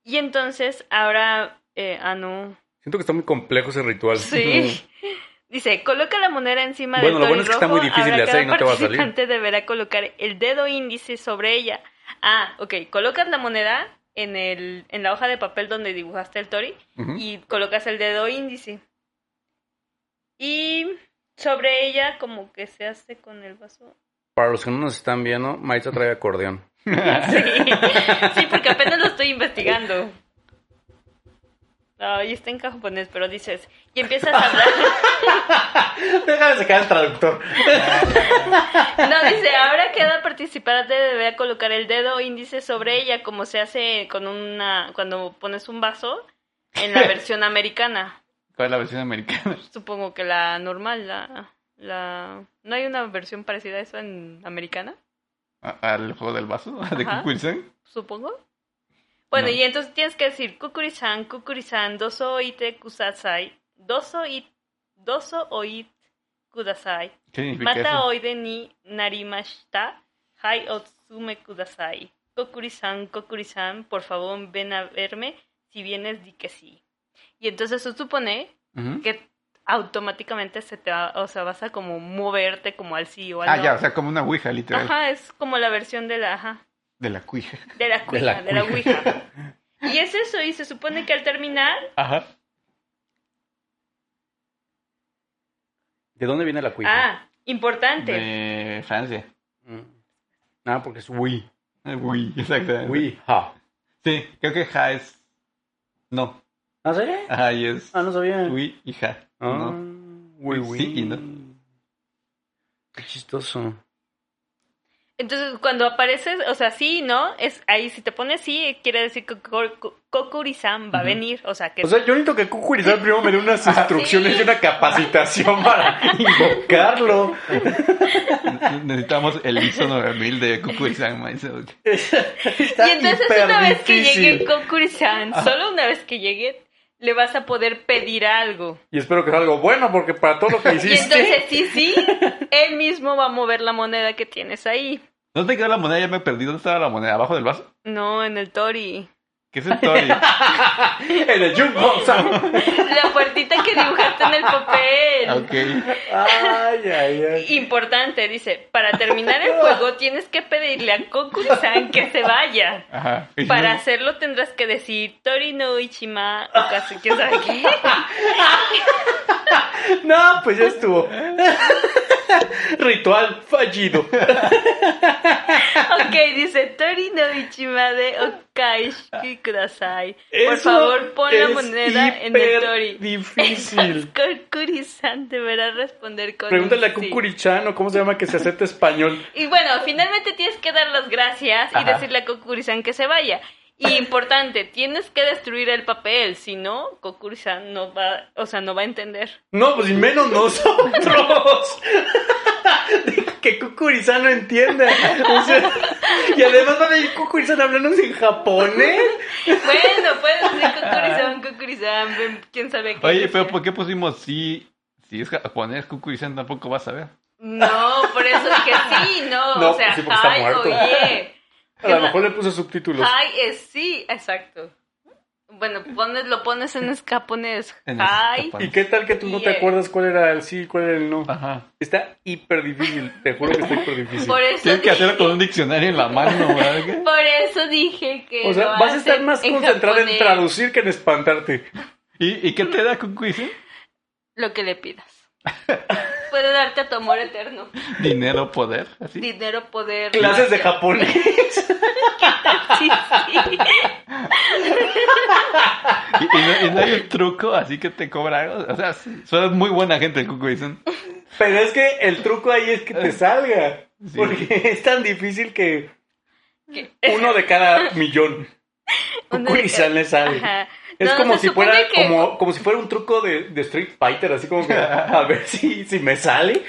Y entonces ahora, eh, ah, no.
Siento que está muy complejo ese ritual.
Sí. <laughs> Dice, coloca la moneda encima
Pues, Bueno,
del
lo
tori
bueno es que está
rojo,
muy difícil
ahora
de hacer y
cada
no te va a salir.
participante deberá colocar el dedo índice sobre ella. Ah, ok. Colocas la moneda en, el, en la hoja de papel donde dibujaste el tori
Ujú.
y colocas el dedo índice. Y sobre ella como que se hace con el vaso.
Para los que no nos están viendo, Maitza trae acordeón.
Sí, sí, porque apenas lo estoy investigando. Ay, está en japonés, pero dices, y empiezas a <laughs> hablar.
Déjame sacar el traductor.
No, dice, ahora cada participante debe colocar el dedo índice sobre ella, como se hace con una, cuando pones un vaso en la versión americana.
¿Cuál es la versión americana? <laughs>
Supongo que la normal, la, la, ¿no hay una versión parecida a eso en americana?
¿A- ¿Al juego del vaso? <laughs> ¿De
Ajá.
Kukulsan?
supongo. Bueno,
No.
y entonces tienes que decir Kukuri-san, Kukuri-san, doso oite kusasai, doso it, doso oit kudasai,
¿Qué significa
mata
eso?
oide ni narimashita, hai otsume kudasai, Kukuri-san, Kukuri-san, por favor ven a verme, si vienes di que sí. Y entonces se supone
Ujú.
que automáticamente se te va, o sea, vas a como moverte como al sí o al
Ah,
no.
ya, o sea, como una ouija, literal.
Ajá, es como la versión de la, ajá.
De la cuija.
De la
De la
cuija, de la ouija. Y es eso, y se supone que al terminar,
Ajá.
¿De dónde viene la cuija?
ah, importante,
De Francia.
Ah, Mm. porque es Wii.
Eh, Uy, exactamente.
Ouija.
Sí, creo que ja es... No.
¿Ah, serio?
Ajá, y es
Ah, no sabía.
uy y ja.
Ah,
¿no?
Wii,
Sí,
Wii.
y no.
Qué chistoso.
Entonces, cuando apareces, o sea, sí, ¿no? Es ahí, si te pones sí, quiere decir que Ko- Ko- Kokuri-san va a
Ujú.
venir. O sea, que
O sea, yo necesito que Kukurizan primero me dé <laughs> unas instrucciones y una
<laughs>
capacitación para invocarlo.
Ne- Necesitamos el icono mil de Kukulsan.
Está
y entonces una vez que
hiperdifícil.
llegue Kokuri-san, solo una vez que llegue, le vas a poder pedir algo.
Y espero que sea algo bueno, porque para todo lo que
Y
hiciste.
entonces, sí, sí, él mismo va a mover la moneda que tienes ahí.
¿Dónde quedó la moneda? Ya me perdí. ¿Dónde estaba la moneda? ¿Abajo del vaso?
No, en el Tori.
¿Qué es el
<laughs>
Tori?
En el jukebox.
La puertita que dibujaste en el papel.
ok.
Ay, ay, ay.
Importante, dice, para
<laughs>
terminar el juego tienes que pedirle a Kokun-san que se vaya.
Ajá. Y si
Para
no-
hacerlo tendrás que decir Torino Ichima Okazu, ¿quién sabe
<laughs>
qué?
No, pues ya estuvo. <laughs> Ritual fallido.
Ok, dice Torino Ichima de Okaishiki Kudasai. Por
Eso
favor, pon la
es
moneda en
hiper
el Tori.
Difícil.
<laughs> Kokuri-san deberá responder con
Pregúntale
un
a
sí.
Kukurichan o cómo se llama que se acepta español.
Y bueno, finalmente tienes que dar las gracias y
Ajá.
decirle a Kokurisan que se vaya. Y importante, tienes que destruir el papel, si no, Kokurisan no va, o sea, no va a entender.
No, pues y menos nosotros. <laughs> Dijo que Kukurichan no entiende. O sea, y además van a ir Kukurichan hablándonos en japonés.
Bueno, puedes decir Kokurisan, Kokurisan, ven, quién sabe qué.
Oye,
decir.
pero ¿por qué pusimos sí? Si es E japonés, Kukurizan tampoco vas a ver.
No, por eso dije sí, no,
<laughs> No,
o sea,
sí, porque está
hi,
muerto.
oye.
A lo mejor le puso subtítulos.
Hi es sí, exacto. Bueno, pones, lo pones en escapones.
En
Hi.
escapones.
¿Y qué tal que tú no te
Yeah.
acuerdas cuál era el sí y cuál era el no?
Ajá.
Está hiper difícil. Te juro que está hiper difícil.
Por eso
Tienes que
dije-
hacerlo con un diccionario en la mano, ¿verdad?
Por eso dije que.
O sea,
lo
vas a estar
hacen
más concentrado en
japonés.
traducir que en espantarte.
¿Y, y qué te da Kukurizan?
Lo que le pidas. Puede darte a tu amor eterno.
Dinero, poder, así.
Dinero, poder.
Clases de
magia. <laughs>
japonés.
Sí, sí.
Y, y no, y no hay un truco, así que te cobra algo. O sea, sí, suena muy buena gente el Kukurizan.
Pero es que el truco ahí es que te salga.
Sí.
Porque es tan difícil que
Que-
uno de cada millón.
<laughs> Uno de
Kukurizan le sale.
Ajá.
Es
No,
como
se
si
supone
fuera
que-
como, como si fuera un truco de, de Street Fighter, así como <laughs> que a ver si, si me sale.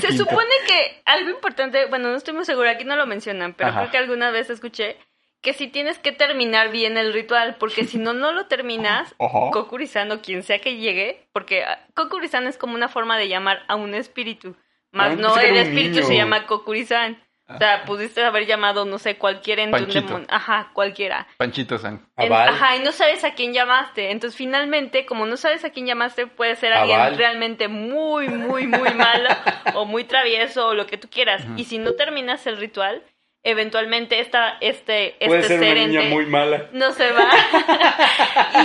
Se supone que algo importante, bueno, no estoy muy segura, aquí no lo mencionan, pero
Ajá.
creo que alguna vez escuché que si tienes que terminar bien el ritual, porque si no, no lo terminas,
¿Oh?
Ojo.
Kokurizan o quien sea que llegue, porque ah, Kokurizan es como una forma de llamar a un espíritu, más
Ah, yo
no
pensé que
el
era un
espíritu
niño. Ah.
se llama Kokurizan. O sea, pudiste haber llamado, no sé, cualquier ente, un
Panchito.
demonio. Ajá, cualquiera.
Panchito San.
En-
Aval.
ajá, y no sabes a quién llamaste. Entonces, finalmente, como no sabes a quién llamaste, puede ser alguien
Aval.
realmente muy, muy,
<laughs>
muy malo o muy travieso o lo que tú quieras. Y si no terminas el ritual, eventualmente esta, este, este
Puede ser una
ser
niña
ente
muy mala.
no se va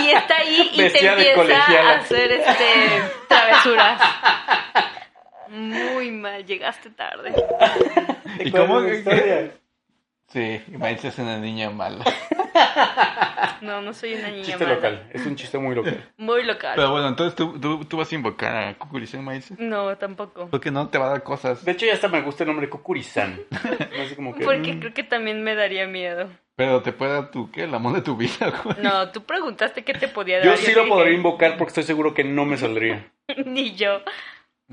<laughs>
y está ahí y te
Vestida de
empieza
colegiala.
a hacer
<laughs>
este travesuras. Muy mal, llegaste tarde.
¿Y cómo?
¿Cuál es la <laughs> historia?
Sí, imagínate es una niña mala.
No, no soy una niña
Chiste
mala.
local. Es un chiste muy local.
Muy local.
Pero bueno, entonces tú, tú, tú vas a invocar a Kukurizan, Maíz.
No, tampoco.
Porque no te va a dar cosas.
De hecho, ya hasta me gusta el nombre Kukurizan. No sé como que.
Porque creo que también me daría miedo.
Pero te puede dar tu, ¿qué? El amor de tu vida, <laughs> güey.
No, tú preguntaste qué te podía dar.
Yo sí
te
lo
dije,
podría invocar porque estoy seguro que no me saldría.
<laughs> Ni yo.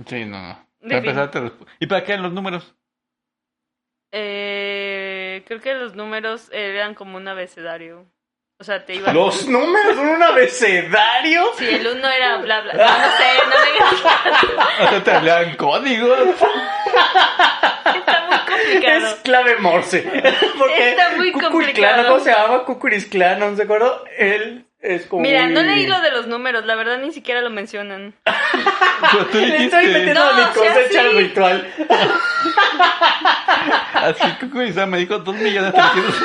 Sí, no, no.
De
Para
fin.
empezar, te resp- ¿Y para qué los números?
Eh, creo que los números eran como un abecedario. O sea, te iba.
¿Los números son un abecedario?
Sí, el uno era bla bla. No, no sé, no me
<laughs>
O sea, te hablaban códigos.
Está muy complicado.
Es clave morse. <laughs> Porque
Está muy
Cucuriclán,
complicado.
¿Cómo se llama? Cucurisclán, ¿no se acuerdo? Él es como.
Mira, no
muy-
leí lo de los números, la verdad ni siquiera lo mencionan.
Pero tú
Le estoy
dijiste.
metiendo a mi
No, o sea,
cosecha al
sí.
ritual.
Así Kukurizan me dijo dos millones trescientos.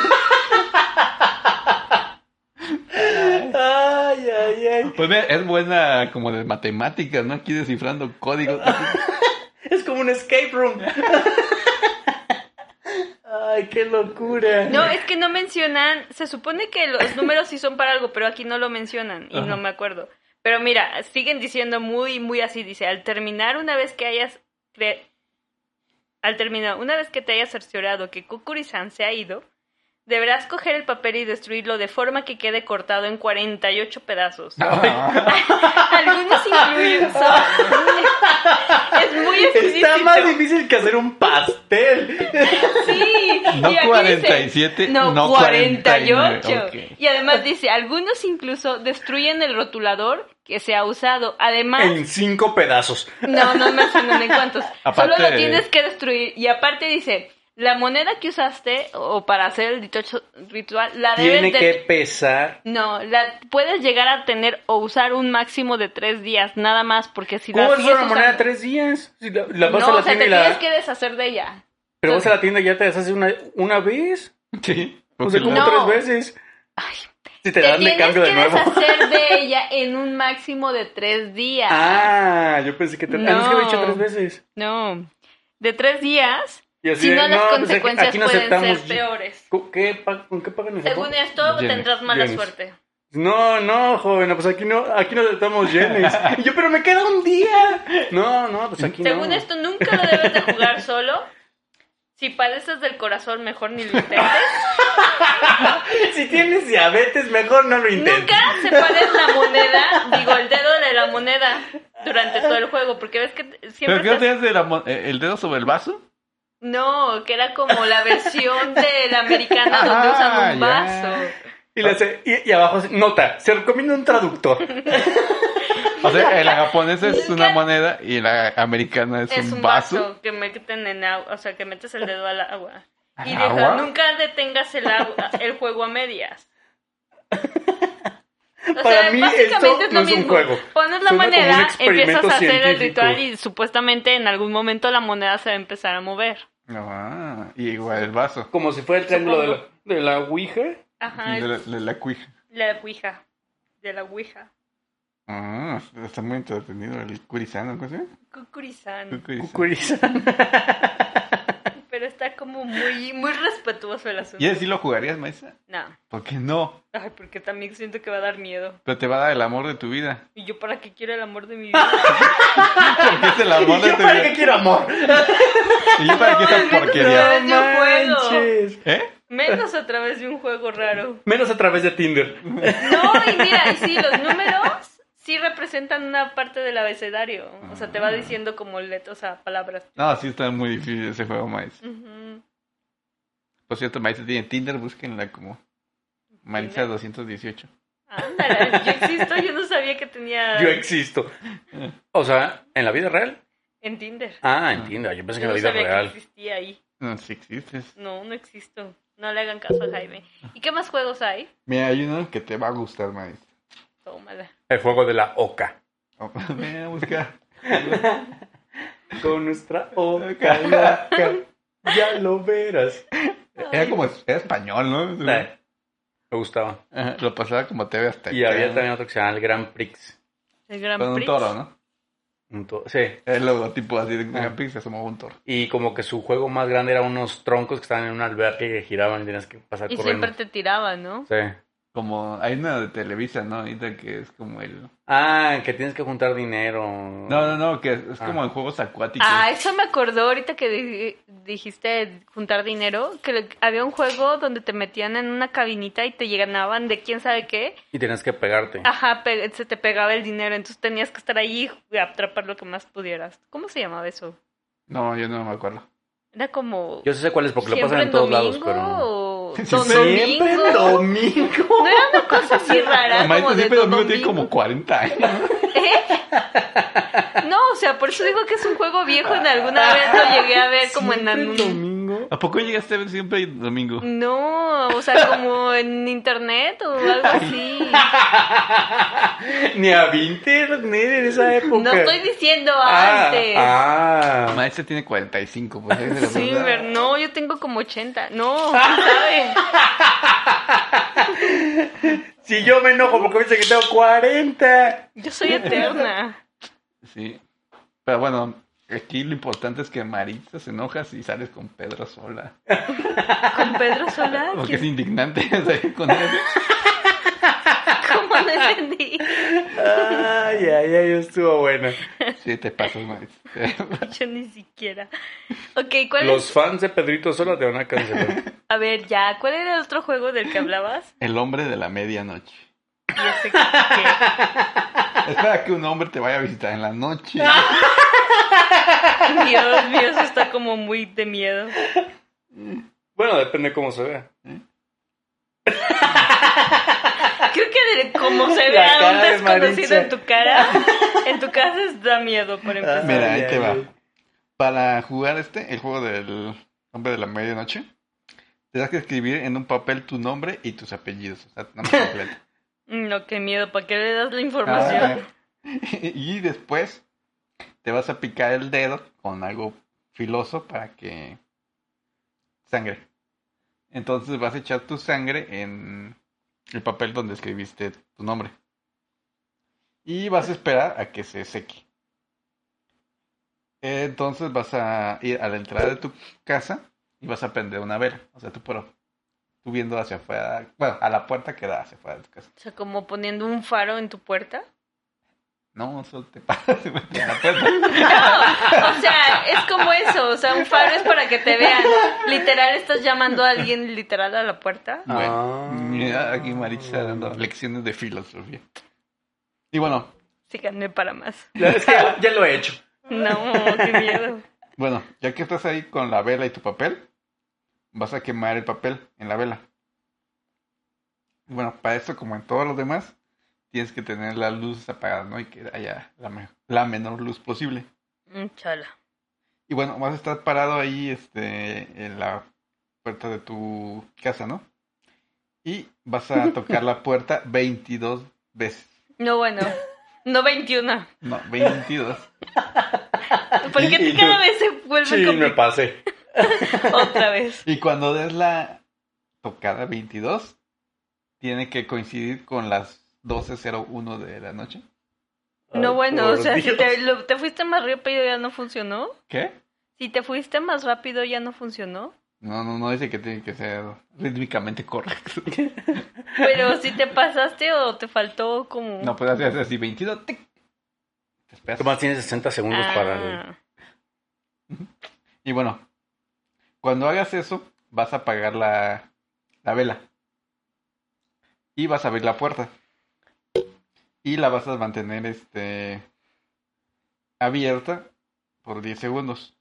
Ay, ay, ay.
Pues mira, es buena como de matemáticas, ¿no? Aquí descifrando códigos.
Ah.
Es como un escape
<laughs>
room. Ay, qué locura.
No, es que no mencionan, se supone que los números sí son para algo, pero aquí no lo mencionan y
Ajá.
no me acuerdo. Pero mira, siguen diciendo muy, muy así, dice, al terminar una vez que hayas... cre- Al terminar, una vez que te hayas cerciorado que Kukuri-san se ha ido, deberás coger el papel y destruirlo de forma que quede cortado en 48 pedazos.
Ah.
<laughs> Algunos incluyen...
<laughs>
son- Es muy explícito.
Está más difícil que hacer un pastel.
Sí.
No
y aquí
47,
dice, no,
no
48.
49, ok.
Y además dice, algunos incluso destruyen el rotulador que se ha usado. Además,
En cinco pedazos.
no, no mencionan en
<laughs>
cuántos.
Aparte-
Solo lo tienes que destruir. Y aparte dice, la moneda que usaste o para hacer el dicho ritual, la debes
Tiene
Ah, de-
que pesar.
No, la puedes llegar a tener o usar un máximo de tres días, nada más, porque si la
¿Cómo es
sigues
una moneda
usando-
tres días? Si la, la vas
no,
a la
o sea,
tienda
te
y la.
tienes que deshacer de ella.
Pero vas a la tienda y ya te deshaces una, una vez.
Sí.
O sea, como
No.
tres veces.
Ay,
Si te la dan de
tienes
cambio
que
de nuevo.
deshacer
<laughs>
de ella en un máximo de tres días.
Ah, yo pensé que te. Ah, es que había dicho
No.
tres veces.
No, de tres días,
Y así
si
de,
no las
pues, aquí-
consecuencias
aquí no
pueden ser
aceptamos ye-
peores.
¿Con qué, pa- con qué pagan en Japón?
Según esto,
yenes,
tendrás mala
yenes.
suerte.
No, no, joven, pues aquí no, aquí no aceptamos yenes.
<laughs>
Y yo, pero me queda un día. No, no, pues aquí
Según
no.
esto, nunca lo debes de jugar solo. Si padeces del corazón, mejor ni lo
Ah,
intentes.
<laughs> Si tienes diabetes, mejor no lo
Nunca separes la moneda, digo, el dedo de la moneda durante todo el juego, porque ves que siempre...
¿Pero qué no
estás-
tenías de la mon- eh, el dedo sobre el vaso?
No, que era como la versión de la americana donde usan un
Ah,
vaso.
ya.
Y, le hace- y- y abajo, hace, nota, se recomienda un traductor.
<laughs>
O sea, en la japonesa es
Nunca-
una moneda y en la americana es,
Es
un vaso.
que meten en agua, o sea, que metes el dedo al agua. Y
¿Al
deja,
agua?
nunca detengas el agua, el juego a
<laughs>
medias. O
Para mí esto no es un juego.
Pones la
Suena como un
moneda,
experimento
empiezas a hacer el
científico.
ritual y supuestamente en algún momento la moneda se va a empezar a mover.
Ah, y igual el vaso.
Como si fuera el triángulo de la, de la Ouija.
Ajá,
De la, de la cuija.
la ouija. De la ouija.
Ah, está muy entretenido el curizano, ¿cómo se llama?
Mm. Cucurizán.
Cucurizano.
Cucurizán.
Pero está como muy, muy respetuoso el asunto.
¿Y así lo jugarías, Maisa?
No.
¿Por qué no?
Ay, porque también siento que va a dar miedo.
Pero te va a dar el amor de tu vida.
¿Y yo para qué quiero el amor
<laughs>
de mi vida?
Porque es el amor este
¿Y <laughs> yo
de tu
para qué
vida.
quiero amor?
¿Y
<laughs>
yo para qué esta porquería?
No manches.
¿Eh?
Menos a través de un juego raro.
Menos a través de Tinder.
No, y mira, y sí, los números sí representan una parte del abecedario. O sea, te va diciendo como letras, o sea, palabras.
No, sí está muy difícil ese juego, Maisa.
Ujú.
Por cierto, Maisa tiene Tinder, búsquenla como Maritza218.
Ándale, yo existo, yo no sabía que tenía
Yo existo. O sea, ¿en la vida real?
en Tinder.
Ah, en Tinder. Yo pensé que
Yo
en
no
la vida
sabía
real.
que existía ahí.
No, sí existes.
No, no existo. No le hagan caso a Jaime. ¿Y qué más juegos hay?
Mira, hay uno que te va a gustar, Maisa.
Tómala.
El juego de la oca.
Oh, <laughs> ven a buscar.
Con nuestra oca loca, ya lo verás.
Era como era español, ¿no?
Me gustaba.
Ajá, Lo pasaba como TV hasta
Y había también otro que se llamaba el Grand Prix.
El Gran
Con un
Prix.
toro, ¿no?
Un to- Sí.
El logotipo así de Grand
Ah.
Prix se asomaba un toro.
Y como que su juego más grande era unos troncos que estaban en un albergue que giraban y tenías que pasar
Y
corriendo.
siempre te tiraba, ¿no?
Sí.
Como, hay una de Televisa, ¿no? Ahorita que es como el...
Ah, que tienes que juntar dinero. No,
No, no, no, que es, es
Ah.
como en juegos acuáticos.
Ah, eso me acordó ahorita que di- dijiste juntar dinero, que le- había un juego donde te metían en una cabinita y te llenaban de quién sabe qué.
Y tenías que pegarte.
Ajá, pe- se te pegaba el dinero, entonces tenías que estar ahí y atrapar lo que más pudieras. ¿Cómo se llamaba eso?
No, yo no me acuerdo.
Era como...
Yo sí sé cuáles porque lo
¿siempre
pasan en todos lados,
domingo
pero.
o
<laughs> Sí,
don
Siempre en
domingo?
domingo.
No era una cosa
<laughs>
así rara.
Mamá,
como
este
de
siempre
don
domingo tiene
domingo.
como 40 años.
No, o sea, por eso digo que es un juego viejo. En alguna vez lo llegué a ver como en
Siempre
algún...
domingo. <laughs>
¿A poco llegaste a ver siempre domingo?
Mm. No, o sea, como en internet o algo así.
<laughs>
Ni había internet en esa época.
No estoy diciendo
Ah,
antes.
Ah,
Mamá, este tiene 45, pues. ahí se lo
Sí,
mandaba.
ver, no, yo tengo como
<laughs>
80. No, ¿quién sabe?
Si yo me enojo porque me dice que tengo 40.
Yo soy eterna.
Sí. Pero bueno, aquí lo importante es que Maritza se enoja si sales con Pedro sola.
Con
<laughs>
Pedro Solar.
Porque es
¿quién-
indignante <laughs> salir con él.
¿Cómo no entendí?
Ay, ay, ay, estuvo buena.
Sí, te pasas, Maritza.
Yo ni siquiera. Ok, ¿cuál
Los
es?
fans de Pedrito Sola te van
<laughs>
a cancelar.
A ver, ya, ¿cuál era el otro juego del que hablabas?
El hombre de la medianoche.
Y ese que-
Espera que un hombre te vaya a visitar en la
<laughs>
noche.
Dios mío, eso está como muy de miedo.
Bueno, depende cómo se vea.
Creo que de cómo se ve
La
a un
cara de
desconocido
Maritza. Ah,
en tu cara, en tu casa es- da miedo para empezar.
Mira, ahí
Ay,
te
ay,
va.
ay.
Para jugar este, el juego del hombre de la medianoche, tendrás que escribir en un papel tu nombre y tus apellidos, o sea, tu nombre completo.
Mm, No, qué miedo, ¿para qué le das la
Ah,
información?
<laughs> y después te vas a picar el dedo con algo filoso para que sangre. Entonces vas a echar tu sangre en el papel donde escribiste tu nombre. Y vas a esperar a que se seque. Entonces vas a ir a la entrada de tu casa y vas a prender una vela. O sea, tú, pero, tú viendo hacia afuera, bueno, a la puerta que da hacia afuera de tu casa.
O sea, como poniendo un faro en tu puerta. <laughs>
No, solo te <laughs> paras y metes en la puerta.
No, o sea, es como eso, o sea, un faro es para que te vean. Literal, estás llamando a alguien literal a la puerta.
Bueno,
Ah.
mira, aquí Maricha dando lecciones de filosofía. Y bueno,
Síganme para más.
Es que <laughs> ya, ya lo he hecho.
No, qué miedo.
bueno, ya que estás ahí con la vela y tu papel, vas a quemar el papel en la vela. Y bueno, para esto, como en todos los demás, tienes que tener las luces apagadas, ¿no? Y que haya la, me- la menor luz posible.
Mm, Chala.
Y bueno, vas a estar parado ahí, este, en la puerta de tu casa, ¿no? Y vas a tocar la puerta <laughs> 22 veces.
No, bueno. No 21.
No, 22.
Porque
Y- y
cada
tú-
vez se
Sí, me
vuelve
pasé.
complicado otra vez.
Y cuando des la tocada 22, tiene que coincidir con las 12.01 de la noche.
No,
Ay,
bueno, o
por
sea, si
Dios.
te, lo- te fuiste más rápido ya no funcionó.
¿Qué?
Si te fuiste más rápido ya no funcionó.
No, no, no dice que tiene que ser rítmicamente correcto.
Pero si te pasaste o te faltó como...
No puedes hacer así 22. tic. Te esperas.
Tomás tiene 60 segundos para.
Ah,
Y bueno, cuando hagas eso, vas a apagar la, la vela. Y vas a abrir la puerta. Y la vas a mantener este abierta por 10 segundos.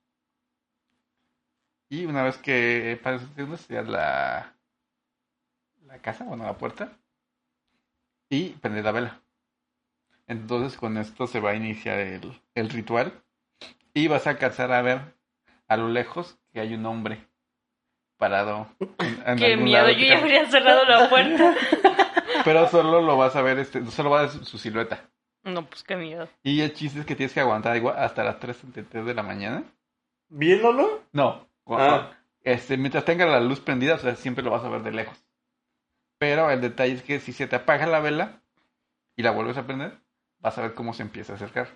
Y una vez que pasen esos segundos, ya la, la casa, bueno, la puerta. Y prender la vela. Entonces con esto se va a iniciar el, el ritual. Y vas a alcanzar a ver a lo lejos que hay un hombre parado. En, en
Qué
algún
miedo,
lado
yo ya
que-
habría cerrado
<laughs>
la puerta.
pero solo lo vas a ver, este, solo va a ver su, su silueta.
No, pues qué miedo.
Y el chiste es que tienes que aguantar igual hasta las 3.33 de la mañana.
¿Viéndolo?
No. cu-
Ah.
Este, mientras tenga la luz prendida, o sea, siempre lo vas a ver de lejos. Pero el detalle es que si se te apaga la vela y la vuelves a prender, vas a ver cómo se empieza a acercar.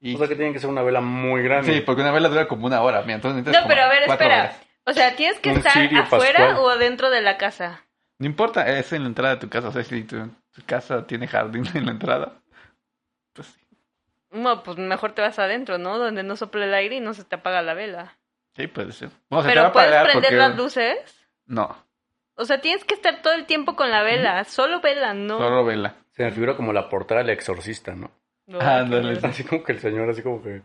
Y,
O sea que tiene que ser una vela muy
sí,
grande.
porque una vela dura como una hora. mira, entonces necesitas
No,
como
pero a ver,
cuatro
espera.
velas.
O sea, ¿tienes que
Un
estar
Sirio
afuera
Pascual.
o dentro de la casa?
No importa, es en la entrada de tu casa. O sea, si tu, tu casa tiene jardín <laughs> en la entrada. Pues,
No, pues mejor te vas adentro, ¿no? Donde no sople el aire y no se te apaga la vela.
sí, puede ser. Bueno, se te va
Pero
a
puedes
apagar
prender
porque-
las luces.
No.
O sea, tienes que estar todo el tiempo con la vela. Solo vela, ¿no?
Solo vela.
Se me figura como la portada del exorcista, ¿no?
No,
Ah, Ándale.
qué miedo.
Así como que el señor, así como que.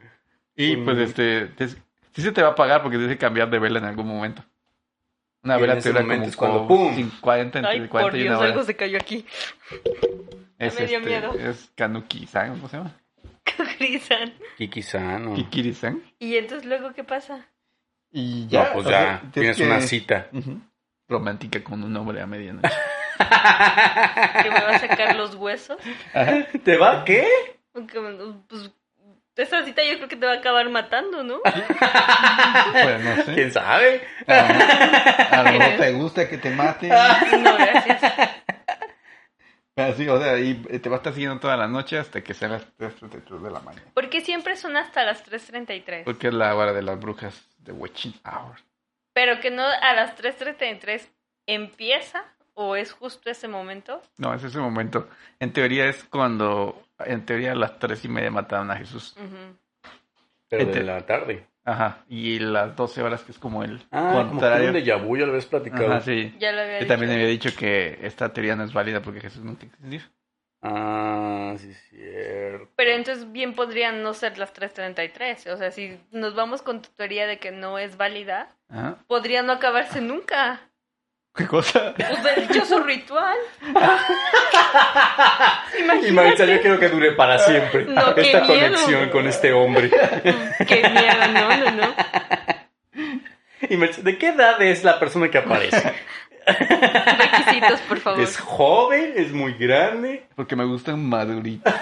Y
Mm.
pues este, es- sí se te va a pagar porque tienes que cambiar de vela en algún momento. Una
Y
vela
en ese
te dura
momento
como,
es cuando
como
¡pum!
50, 40, entre
Ay,
40
por
y una
Dios,
hora.
algo se cayó aquí. <laughs>
Es,
me dio
este,
miedo.
es Kanuki-san, ¿cómo se llama?
Grisan.
Kiki-san o-
Kikiri-san.
¿Y entonces luego qué pasa?
Y
No,
ya.
pues
o sea,
ya. Tienes
que-
una
<laughs>
cita.
Ujú. Romántica con un hombre
<laughs>
a medianoche.
¿Que me va a sacar los huesos?
¿Te va qué?
Aunque, Pues, esa cita yo creo que te va a acabar matando,
<laughs>
¿no?
pues no sé.
<laughs>
Ah,
¿Quién sabe?
A
<laughs>
lo mejor te gusta que te maten.
Ah. No, gracias.
Pero sí, o sea, y eh, te va a estar siguiendo toda la noche hasta que sean las 3, de la mañana.
Porque siempre son hasta las 3.33.
Porque es la hora de las brujas de Witching Hour.
Pero que no a las 3.33 empieza o es justo ese momento.
No, es ese momento. En teoría es cuando, en teoría a las tres y media mataron a Jesús.
Ujú.
Pero de
Ente-
la tarde.
Ajá. Y las 12 horas que es como el
Ah, como que
contrario.
un déjà vu, ya lo habías platicado.
Ajá, sí.
Ya lo había
Que
dicho.
también había dicho que esta teoría no es válida porque Jesús nunca existió.
Ah, sí, es cierto.
Pero entonces bien podrían no ser las 3.33. O sea, si nos vamos con tu teoría de que no es válida,
Ajá.
podría no acabarse nunca.
¿Qué cosa?
Pues dicho su ritual.
Y Maritza, yo
Imagínate.
quiero que dure para siempre
No, qué
esta
miedo.
conexión con este hombre.
Qué miedo, no, no, no.
Y Maritza, ¿de qué edad es la persona que aparece?
Requisitos, por favor.
¿Es joven? ¿Es muy grande?
Porque me gustan maduritas.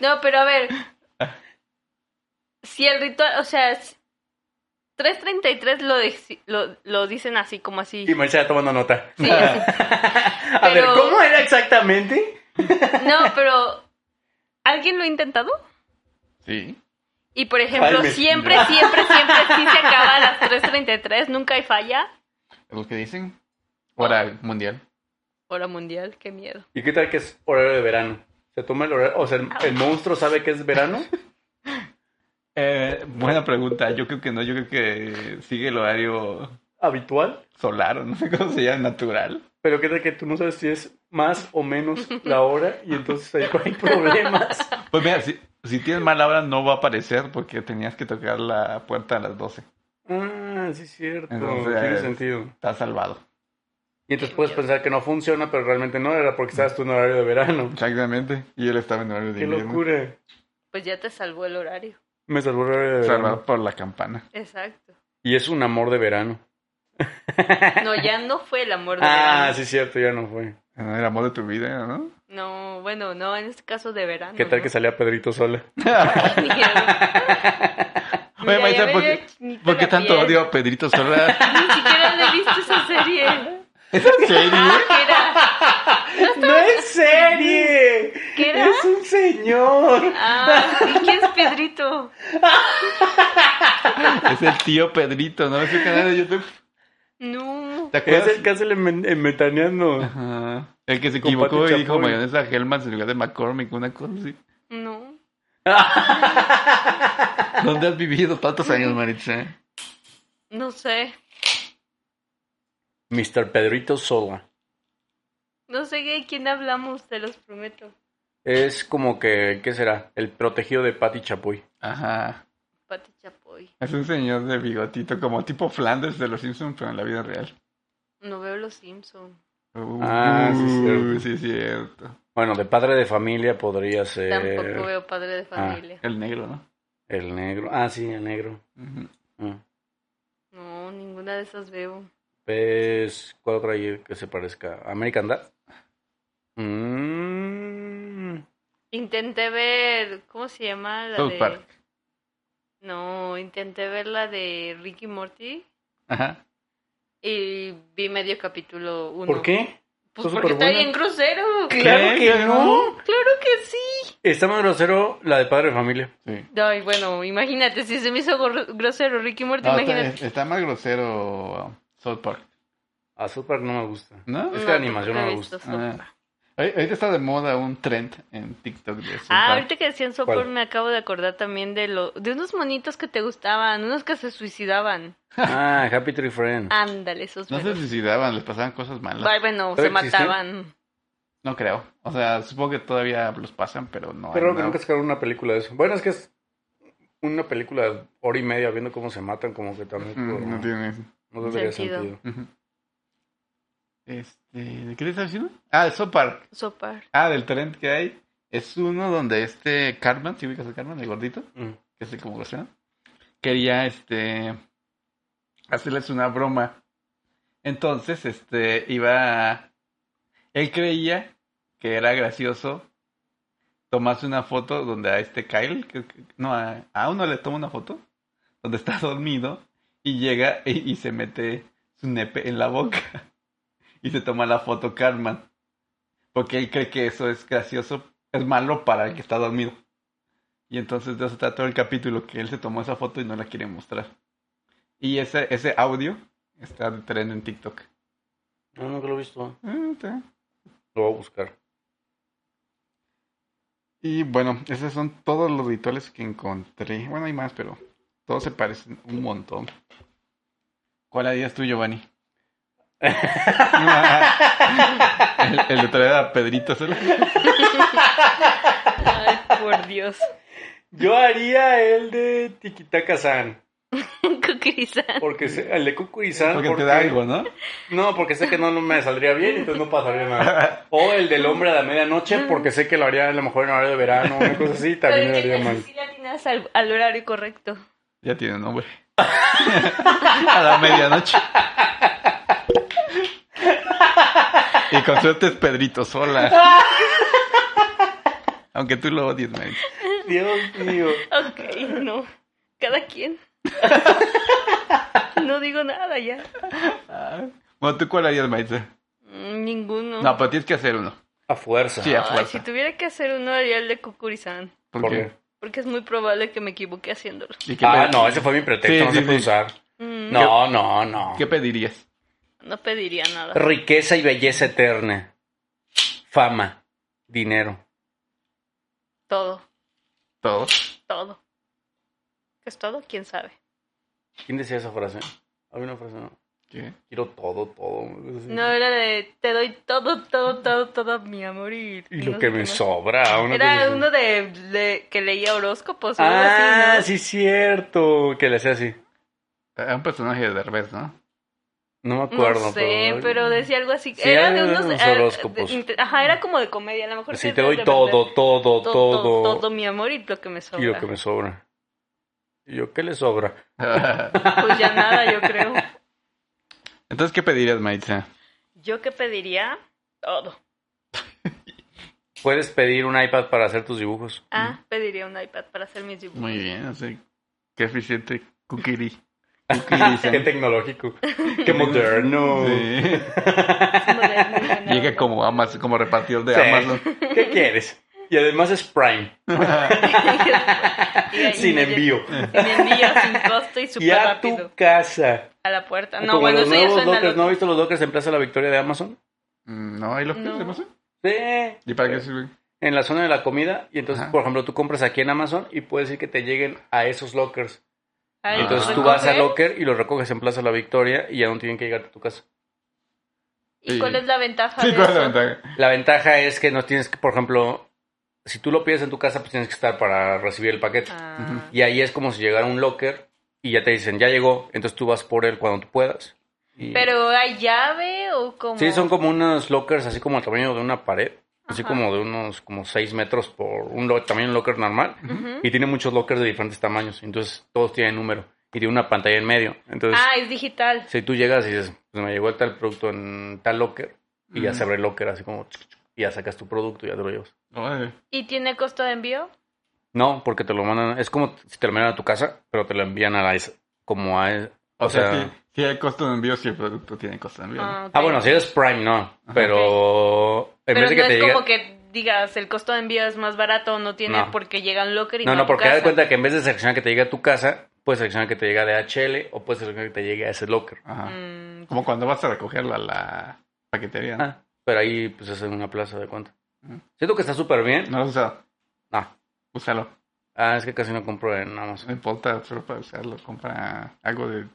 No, pero a ver. Si el ritual, o sea, es- 333 lo, deci- lo, lo dicen así, como así.
Y Maritza tomando nota.
Sí, así.
<laughs> A ver,
Pero-
¿cómo era exactamente?
No, pero ¿alguien lo ha intentado?
Sí.
Y por ejemplo,
Jaime.
siempre, siempre, siempre sí se acaba a las 3.33, nunca hay falla.
Es lo que dicen. Hora mundial.
Hora mundial, qué miedo.
¿Y qué tal que es horario de verano? ¿Se toma el horario? O sea,
Ah.
¿el, el monstruo sabe que
<laughs>
es verano?
Eh, buena pregunta. Yo creo que no. Yo creo que sigue el horario
¿Habitual?
solar o no sé cómo se llama, natural.
Pero qué tal que tú no sabes si es más o menos la hora y entonces ahí
<laughs>
hay problemas.
Pues mira, si, si tienes mala hora no va a aparecer porque tenías que tocar la puerta a las 12.
Ah, sí es cierto.
Entonces-
Tiene sentido.
Estás salvado.
Y entonces puedes pensar que no funciona, pero realmente no era porque estabas tú en horario de verano.
Exactamente. Y él estaba en horario de
Qué
invierno.
locura.
Pues ya te salvó el horario.
Me salvó el horario de verano.
Salvado por la campana.
Exacto.
Y es un amor de verano.
No, ya no fue el amor de
Ah,
verano.
sí es cierto, ya no fue.
No, El amor de tu vida, ¿no?
No, bueno, no, en este caso de verano.
¿Qué tal
¿no?
que salía
<laughs>
Pedrito sola?
Qué miedo. Mira,
Maite,
ya
¿por
me dio
qué-
chinita
¿Por qué
la
tanto
piel.
odio a
<laughs>
Pedrito Sola?
Ni siquiera le he visto esa serie.
¿Es en serio?
Ah, ¿qué era?
¡No es serie!
¿Qué era?
¡Es un señor!
Ah, ¿y quién es Pedrito?
Es el tío Pedrito, ¿no? Es el canal de YouTube.
No.
¿Te
Es
acuerdas?
el que hace el en, metaneando.
Ajá. El que se
Con
equivocó
Pati
y dijo
Chapoy.
mayonesa Hellman en lugar de McCormick, una cosa así.
No.
¿Dónde has vivido tantos años, Maritza?
No sé.
Mr. Pedrito Sola.
No sé de quién hablamos, te los prometo.
Es como que, ¿qué será? El protegido de Patty Chapoy.
Ajá.
Pati Chapoy.
Es un señor de bigotito, como tipo Flanders de los Simpsons, pero en la vida real.
No veo los Simpsons.
Uh,
Ah, sí, es cierto.
sí, es cierto.
Bueno, de padre de familia podría ser
Tampoco veo padre
ah.
de familia.
El negro, ¿no?
el negro. Ah, sí, el negro.
Ujú.
Ah.
No, ninguna de esas veo.
¿Ves cuál otra hay que se parezca? ¿American Dad? Mm.
Intenté ver, ¿cómo se llama? La
South
de...
Park.
No, intenté ver la de Ricky Morty
Ajá.
y vi medio capítulo uno.
¿Por qué?
Pues
Está
porque está
superbuena.
bien grosero.
¡Claro
¿Qué?
que no!
Claro que sí.
Está más grosero la de padre de familia.
Sí.
Ay, bueno, imagínate, si se me hizo gor- grosero Ricky Morty,
No, está,
imagínate.
está más grosero South Park,
A Super no me gusta. <laughs>
¿no?
es que
No,
la animación
tampoco
no
he
me
visto
gusta.
South
Ah.
Park.
Ahí- Ahorita está de moda un trend en TikTok de South
Ah,
Park.
ahorita que decían South
¿Cuál?
Park me acabo de acordar también de lo, de unos monitos que te gustaban, unos que se suicidaban.
Ah, Happy Tree Friend.
Ándale, esos
No se
veros.
suicidaban, les pasaban cosas malas.
Ay, bueno, se
¿Todavía existen?
mataban.
No creo. O sea, supongo que todavía los pasan, pero no.
Pero
hay
que
nada.
nunca sacaron una película de eso. Bueno, es que es una película de hora y media viendo cómo se matan, como que también
Mm, no tiene.
no tendría sentido.
Sentido.
Ujú. Este, ¿de qué te estás diciendo? Ah, de South Park.
South Park.
Ah, del trend que hay. Es uno donde este Carmen, si ubicas a Carmen, el gordito,
Mm.
que es como grosero, quería este hacerles una broma. Entonces, este, iba a- él creía que era gracioso tomarse una foto donde a este Kyle, que- que- no, a, a uno le toma una foto, donde está <laughs> dormido, y llega y, y se mete su nepe en la boca. <laughs> Y se toma la foto Carmen. Porque él cree que eso es gracioso, es malo para el que está dormido. Y entonces de eso trata todo el capítulo, que él se tomó esa foto y no la quiere mostrar. Y ese, ese audio está de tren en TikTok.
No, nunca lo he visto.
Ah, está.
Lo voy a buscar.
Y bueno, esos son todos los rituales que encontré. Bueno, hay más, pero todos se parecen un montón. ¿Cuál harías tú, <laughs> Giovanni? el, ah, el de traer a Pedrito. solo.
Ay, por Dios. <laughs>
Yo haría el de Tikitaka San.
ok. Kukurizan.
Porque se- el de Kukurizan.
Porque te da algo, ¿no?
No, porque sé que no, no me saldría bien, entonces no pasaría nada. O el del hombre a la medianoche, porque sé que lo haría a lo mejor en horario de verano, una cosa así, también me
Pero
haría
¿qué tal
mal.
si le atinas al, al horario correcto.
Ya tiene nombre. <laughs> a la medianoche. y con suerte es Pedrito sola. Aunque tú lo odies, Mary.
Dios mío.
Ok, no. Cada
<laughs>
quien. No digo nada ya.
Bueno, ¿tú cuál harías, Maite?
Mm, Ninguno.
No, pero tienes que hacer uno.
A fuerza.
Sí, a
Ay,
fuerza.
si tuviera que hacer uno, haría el de Kukurizan.
¿Por
¿Por
qué?
Porque es muy probable que me equivoque haciéndolo.
¿Y qué
Ah,
pe-
no, ese fue mi pretexto,
Sí,
no
sí,
se puede
sí.
usar.
Mm,
No, no, no.
¿Qué pedirías?
No pediría nada.
Riqueza y belleza eterna. Fama. Dinero.
Todo,
Todo.
todo. ¿Qué es todo? ¿Quién sabe?
¿Quién decía esa frase? Había una frase, no.
¿Qué?
Quiero todo, todo.
No, era de te doy todo, todo, todo, todo mi amor y...
Y
y
lo
no
que
sé qué
me
más.
sobra. una cosa
Era
así.
uno de, de- que leía horóscopos o algo
Ah,
así, ¿no?
sí, cierto. Que le hacía así.
Era Ah, un personaje de Derbez, ¿no? <laughs>
No me
No
acuerdo.
sé, pero, decía algo así.
Sí,
era
era
de
de
unos...
unos
ah, de-
horóscopos.
inte- ajá, era como de comedia, a lo mejor...
Si
sí
te
es
doy
de
todo,
verdad.
todo,
todo,
todo,
todo, mi amor y lo que me sobra.
Y lo que me sobra. ¿Y yo qué le sobra?
Pues ya nada, yo
<laughs>
creo.
Entonces, ¿qué pedirías, Maite?
¿Yo qué pediría? Todo.
Puedes pedir un iPad para hacer tus dibujos.
Ah, pediría un iPad para hacer mis dibujos.
Muy bien, así. Qué eficiente. Kukiri.
<laughs> Qué tecnológico. Qué moderno.
Sí. <laughs>
<laughs>
Moderno,
Llega como, amas, como repartidor de
Sí.
Amazon.
<laughs> ¿Qué quieres? Y además es Prime, <laughs>
Y ahí
sin
me
envío.
llega- Sin envío, sin costo y
<laughs> Y
súper
a
rápido.
tu casa.
A la puerta. No,
Como
bueno,
los
eso ya
nuevos
suena.
Dockers.
loco.
¿No has visto los Dockers en Plaza de la Victoria de Amazon?
Mm, No, ahí lo
No.
pides, Amazon.
Sí.
¿Y para qué sirve?
En la zona de la comida. Y entonces,
Ajá.
por ejemplo, tú compras aquí en Amazon y puedes decir que te lleguen a esos lockers.
Ah,
Ay,
Entonces
¿los
tú vas al
recoge?
locker y los recoges en Plaza La Victoria y ya no tienen que llegar a tu casa.
¿Y cuál es la ventaja
Sí,
de
¿cuál es la
eso?
ventaja?
La ventaja es que no tienes que, por ejemplo, si tú lo pides en tu casa, pues tienes que estar para recibir el paquete.
Ah.
Y ahí es como si llegara un locker y ya te dicen, ya llegó, entonces tú vas por él cuando tú puedas. Y-
¿Pero hay llave o como...?
Sí, son como unos lockers así como el tamaño de una pared, así
Ajá.
como de unos como 6 metros por un lo- también un locker normal.
Ujú.
Y tiene muchos lockers de diferentes tamaños, entonces todos tienen número y tiene una pantalla en medio. Entonces,
Ah, es digital.
si tú llegas y dices, pues me llegó el tal producto en tal locker, y ya se abre el locker así como, chuc, chuc, y ya sacas tu producto y ya te lo llevas.
Órale.
¿Y tiene costo de envío?
No, porque te lo mandan, es como si te lo mandan a tu casa, pero te lo envían a la, es- como a,
O,
o
sea,
sea,
sí, sí hay costo de envío si el producto tiene costo de envío. ¿no?
Ah, ok.
ah, bueno, si eres Prime, no, pero en
Pero
vez de que
no
te
es
llegue-
como que digas, el costo de envío es más barato, no tiene
No.
porque llega un locker y
No,
no,
no,
a tu
porque haz de
casa.
cuenta que en vez de seleccionar que te llegue a tu casa, puedes seleccionar que te llegue a DHL o puedes seleccionar que te llegue a ese locker.
Ajá.
Mm,
Como cuando vas a recogerla a la paquetería. ¿no?
Ah, pero ahí pues es en una plaza de cuenta.
Ujú.
Siento que está súper bien.
No lo has usado.
No.
Úsalo.
Ah, es que casi no compro en
No
Amazon.
importa, solo para usarlo. Compra algo de.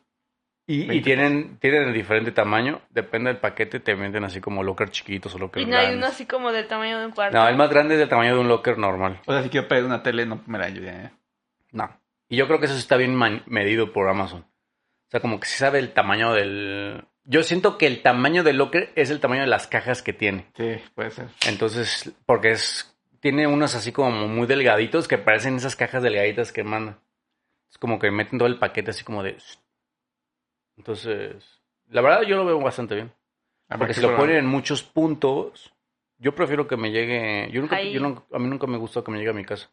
Y, y
Veinte
tienen, tienen de diferente tamaño, depende del paquete, te venden así como locker chiquitos o locker
Y no hay
grandes.
uno así como del tamaño de un cuarto.
No, el más grande es del tamaño de un locker normal.
O sea, si quiero pedir una tele, no me la ayude.
No. Y yo creo que eso sí está bien man- medido por Amazon. O sea, como que se sabe el tamaño del... Yo siento que el tamaño del locker es el tamaño de las cajas que tiene.
Sí, puede ser.
Entonces, porque es. Tiene unos así como muy delgaditos que parecen esas cajas delgaditas que mandan. Es como que meten todo el paquete así como de. Entonces. La verdad, yo lo veo bastante bien.
Habrá
Porque
que
si lo
probar.
ponen en muchos puntos, yo prefiero que me llegue. Yo nunca,
Ahí.
yo nunca- a mí nunca me gusta que me llegue a mi casa.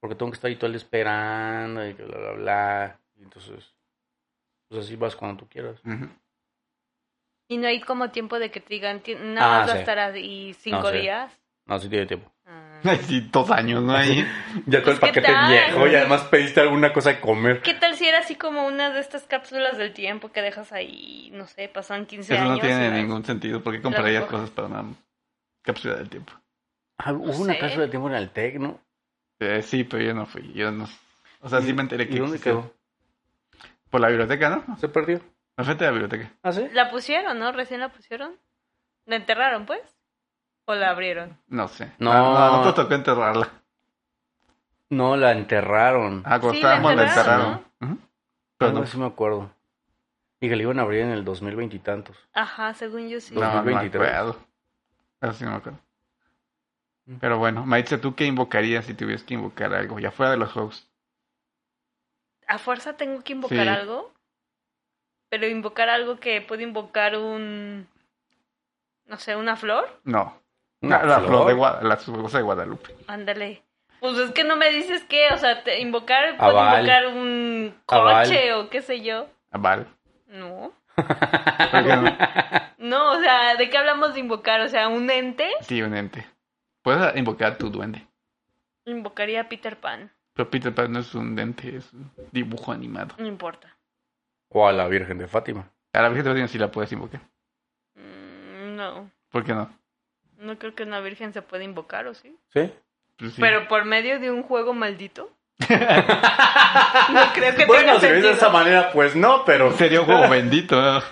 Porque tengo que estar ahí todo el día esperando y que bla, bla, bla. Y entonces. Pues así vas cuando tú quieras.
Ujú. <laughs>
Y no hay como tiempo de que te digan, "Ti- nada
Ah,
más va
sí.
a estar ahí cinco
No, sí. <laughs>
días.
No, sí tiene tiempo.
Ah.
Ay, sí, dos años, ¿no? Ahí.
Ya
Pues,
todo el
¿qué
paquete
tal?
viejo y además pediste alguna cosa de comer.
¿Qué tal si era así como una de estas cápsulas del tiempo que dejas ahí, no sé, pasan 15
Eso
años?
no tiene
y vas-
ningún sentido. porque comprarías
recoges.
cosas para una cápsula del tiempo?
Ah, hubo
No
una
sé.
cápsula de tiempo en el TEC, ¿no?
Eh, sí, pero yo no fui. Yo no. O sea, sí me enteré que.
¿Y dónde
existió.
quedó?
Por la biblioteca, ¿no?
Se perdió.
Enfrente de la biblioteca.
¿Ah, sí?
La pusieron, ¿no? Recién la pusieron. ¿La enterraron, pues? ¿O la abrieron?
No sé. Ah,
No.
no, no te tocó enterrarla.
No, la enterraron.
Ah, cuando
Sí, la
estábamos la
enterraron,
enterraron. Ujú. Pero
Algo
no.
así me acuerdo. Y que le iban a abrir en el 2020 y tantos.
Ajá, según yo sí.
No, no me
2023.
acuerdo. Eso sí no me acuerdo. Pero bueno, Maitza, ¿tú qué invocarías si tuvieras que invocar algo? Ya fuera de los juegos.
¿A fuerza tengo que invocar
Sí.
algo? Pero invocar algo que puede invocar un... No sé, una flor.
No.
Una
No, la flor
Ah, flor.
de Guada- la rosa de Guadalupe.
Ándale. Pues es que no me dices qué, o sea, te- invocar, puedo
Aval.
invocar un
Aval.
coche o qué sé yo.
Ah, Vale.
No.
¿Por qué no? <laughs>
No, o sea, ¿de qué hablamos de invocar? O sea, un ente
Sí, un ente. Puedes invocar a tu duende.
invocaría a Peter Pan.
Pero Peter Pan no es un dente, es un dibujo animado.
No importa.
O a la Virgen de Fátima.
A la Virgen de Guadalupe sí la puedes invocar.
Mm, no.
¿Por qué no?
No creo que una virgen se pueda invocar, ¿o sí?
¿Sí?
Pues sí.
Pero por medio de un juego
<laughs>
maldito. no creo que
bueno,
tenga
si ves
sentido.
de esa manera, pues no, pero...
Sería un juego bendito. ¿no?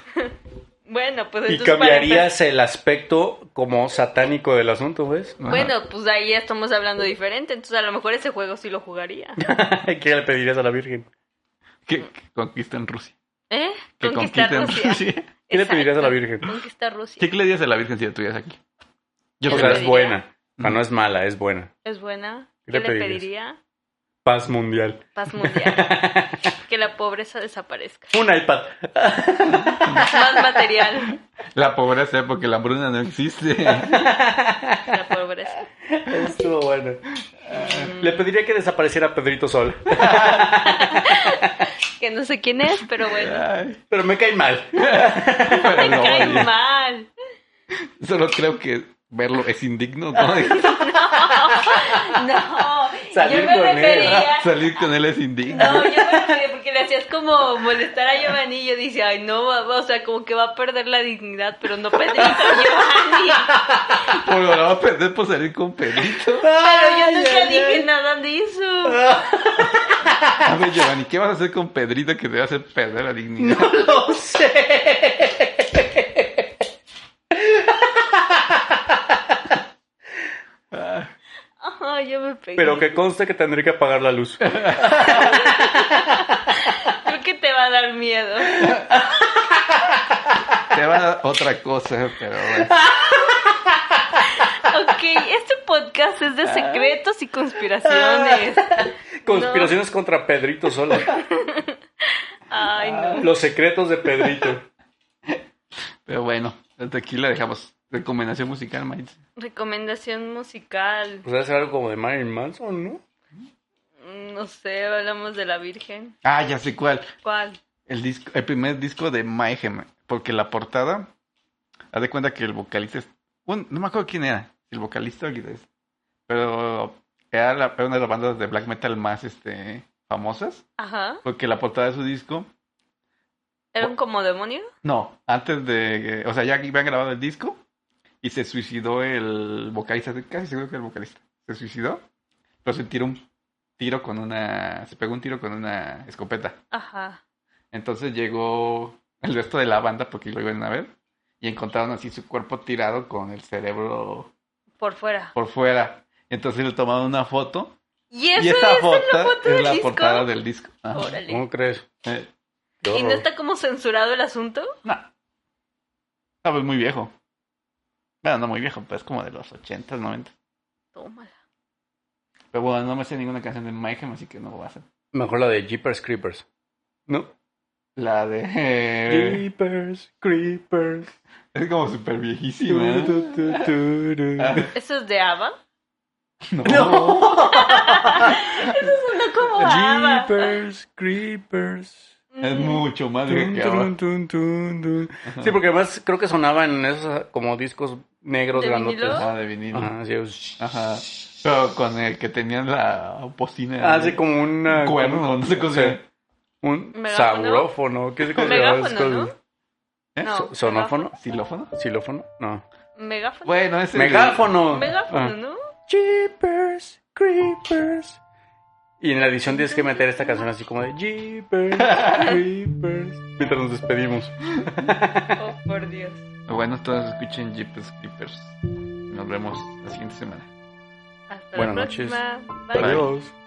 Bueno, pues
Y
entonces para
cambiarías el aspecto como satánico del asunto, ¿ves?
empezar- Bueno, pues ahí ya estamos hablando diferente, entonces a lo mejor ese juego sí lo
<laughs>
jugaría.
<laughs> ¿Qué le pedirías a la Virgen?
Que, que conquisten Rusia.
¿Eh?
Que
Conquistar
conquisten
Rusia.
<laughs>
<laughs> Rusia.
¿Qué le
Exacto.
pedirías a la Virgen?
Conquistar Rusia.
¿Qué le dirías a la Virgen si la tuvieras aquí? Yo
O
¿Qué
creo
le
sea,
pediría?
es buena. O sea, no es mala, es buena.
Es buena.
¿Qué
¿Qué,
le
le,
pedirías?
pediría?
Paz mundial.
Paz mundial. que la pobreza desaparezca.
Un iPad.
Más material.
La pobreza, porque la hambruna no existe.
La pobreza.
Estuvo bueno.
Ah.
Le pediría que desapareciera Pedrito Sol.
Que no sé quién es, pero bueno.
Ay,
Pero me cae mal.
pero
Ah,
Me
no,
cae
oye.
mal.
Solo creo que verlo es indigno, ¿no?
No.
Salir
yo me
con él.
refería.
Salir con él es indigno.
No, yo me refería porque le hacías como molestar a Giovanni y yo dice, ay, no, va- va", o sea, como que va a perder la dignidad, pero no Pedrito, Giovanni.
Por lo que va a perder por salir con Pedrito.
<laughs> Pero yo
Ay,
nunca
ay,
dije
<laughs> ay.
nada de eso.
A ver, Giovanni, ¿qué vas a hacer con Pedrito que te va a hacer perder la dignidad?
Lo sé.
Ajá, yo me pegué.
Pero que conste que tendré que apagar
<laughs>
la luz.
Creo que te va a dar miedo.
Te va a dar otra cosa, pero bueno.
Ok, este podcast es de secretos y conspiraciones.
Conspiraciones contra Pedrito Sol.
<laughs> Ay, no.
Los secretos de Pedrito.
Pero bueno, hasta aquí la dejamos. Recomendación musical, Maite.
Recomendación musical.
Pues debe ser algo como de Marilyn Manson, ¿no?
No sé, hablamos de la Virgen.
Ah, ya sé cuál.
¿Cuál?
El, disco, el primer disco de Mayhem. Porque la portada, haz de cuenta que el vocalista es. un- no me acuerdo quién era. si El vocalista o el guitarrista. Pero era, la- era una de las bandas de black metal más este, famosas.
Ajá.
Porque la portada de su disco
¿Era un como demonio?
No, antes de, o sea, ya habían grabado el disco y se suicidó el vocalista, estoy casi seguro que el vocalista se suicidó, pero se tiró un tiro con una, se pegó un tiro con una escopeta.
Ajá.
Entonces llegó el resto de la banda porque lo iban a ver y encontraron así su cuerpo tirado con el cerebro
Por fuera.
por fuera. Entonces le tomaron una foto
Y
y
eso
esa
es
foto
la foto
es
del
la
disco.
portada del disco. Ajá.
Órale.
¿Cómo crees?
Eh,
Qué
¿Y no
horror.
está como censurado el asunto?
No. No, pues muy viejo. Bueno, no muy viejo, pero es como de los 80, 90.
Tómala.
Pero bueno, no me sé ninguna canción de Mayhem, así que no lo voy a hacer.
Mejor la de Jeepers Creepers. ¿No?
La de...
Eh. Jeepers Creepers.
<laughs> es como súper viejísima.
Tu,
¿no?
tu, tu, tu, tu. <laughs>
Ah,
¿Eso es de Ava?
no.
No como Ava.
Jeepers Creepers.
Es mucho más vieja
Tun,
que ahora.
tun, tun, tun, tun. Sí, porque además creo que sonaba en esos como discos negros
¿De
grandotes.
vinilo?
Ah, de vinilo.
Ajá, así es.
Ajá. Pero con el que tenían la bocina.
Hace Ah, como una-
un cuerno, no sé cómo se
Sí.
llama.
Un
¿Megáfono?
saurófono. ¿Qué sé cómo se llama?
Megáfono, ¿no?
Esas cosas.
¿Eh?
No.
¿Sonófono?
¿Xilófono?
¿Xilófono? No.
Megáfono.
Bueno, ese...
¡Megáfono!
Megáfono,
Ah.
¿no?
Jeepers Creepers. Y en la edición tienes que meter esta canción así como de <laughs> Jeepers Creepers. Mientras nos despedimos.
Oh, por Dios.
Bueno, todos escuchen Jeepers Creepers. Nos vemos la siguiente semana.
Hasta
Buenas
la
noches.
próxima. Bye.
Bye.
Adiós.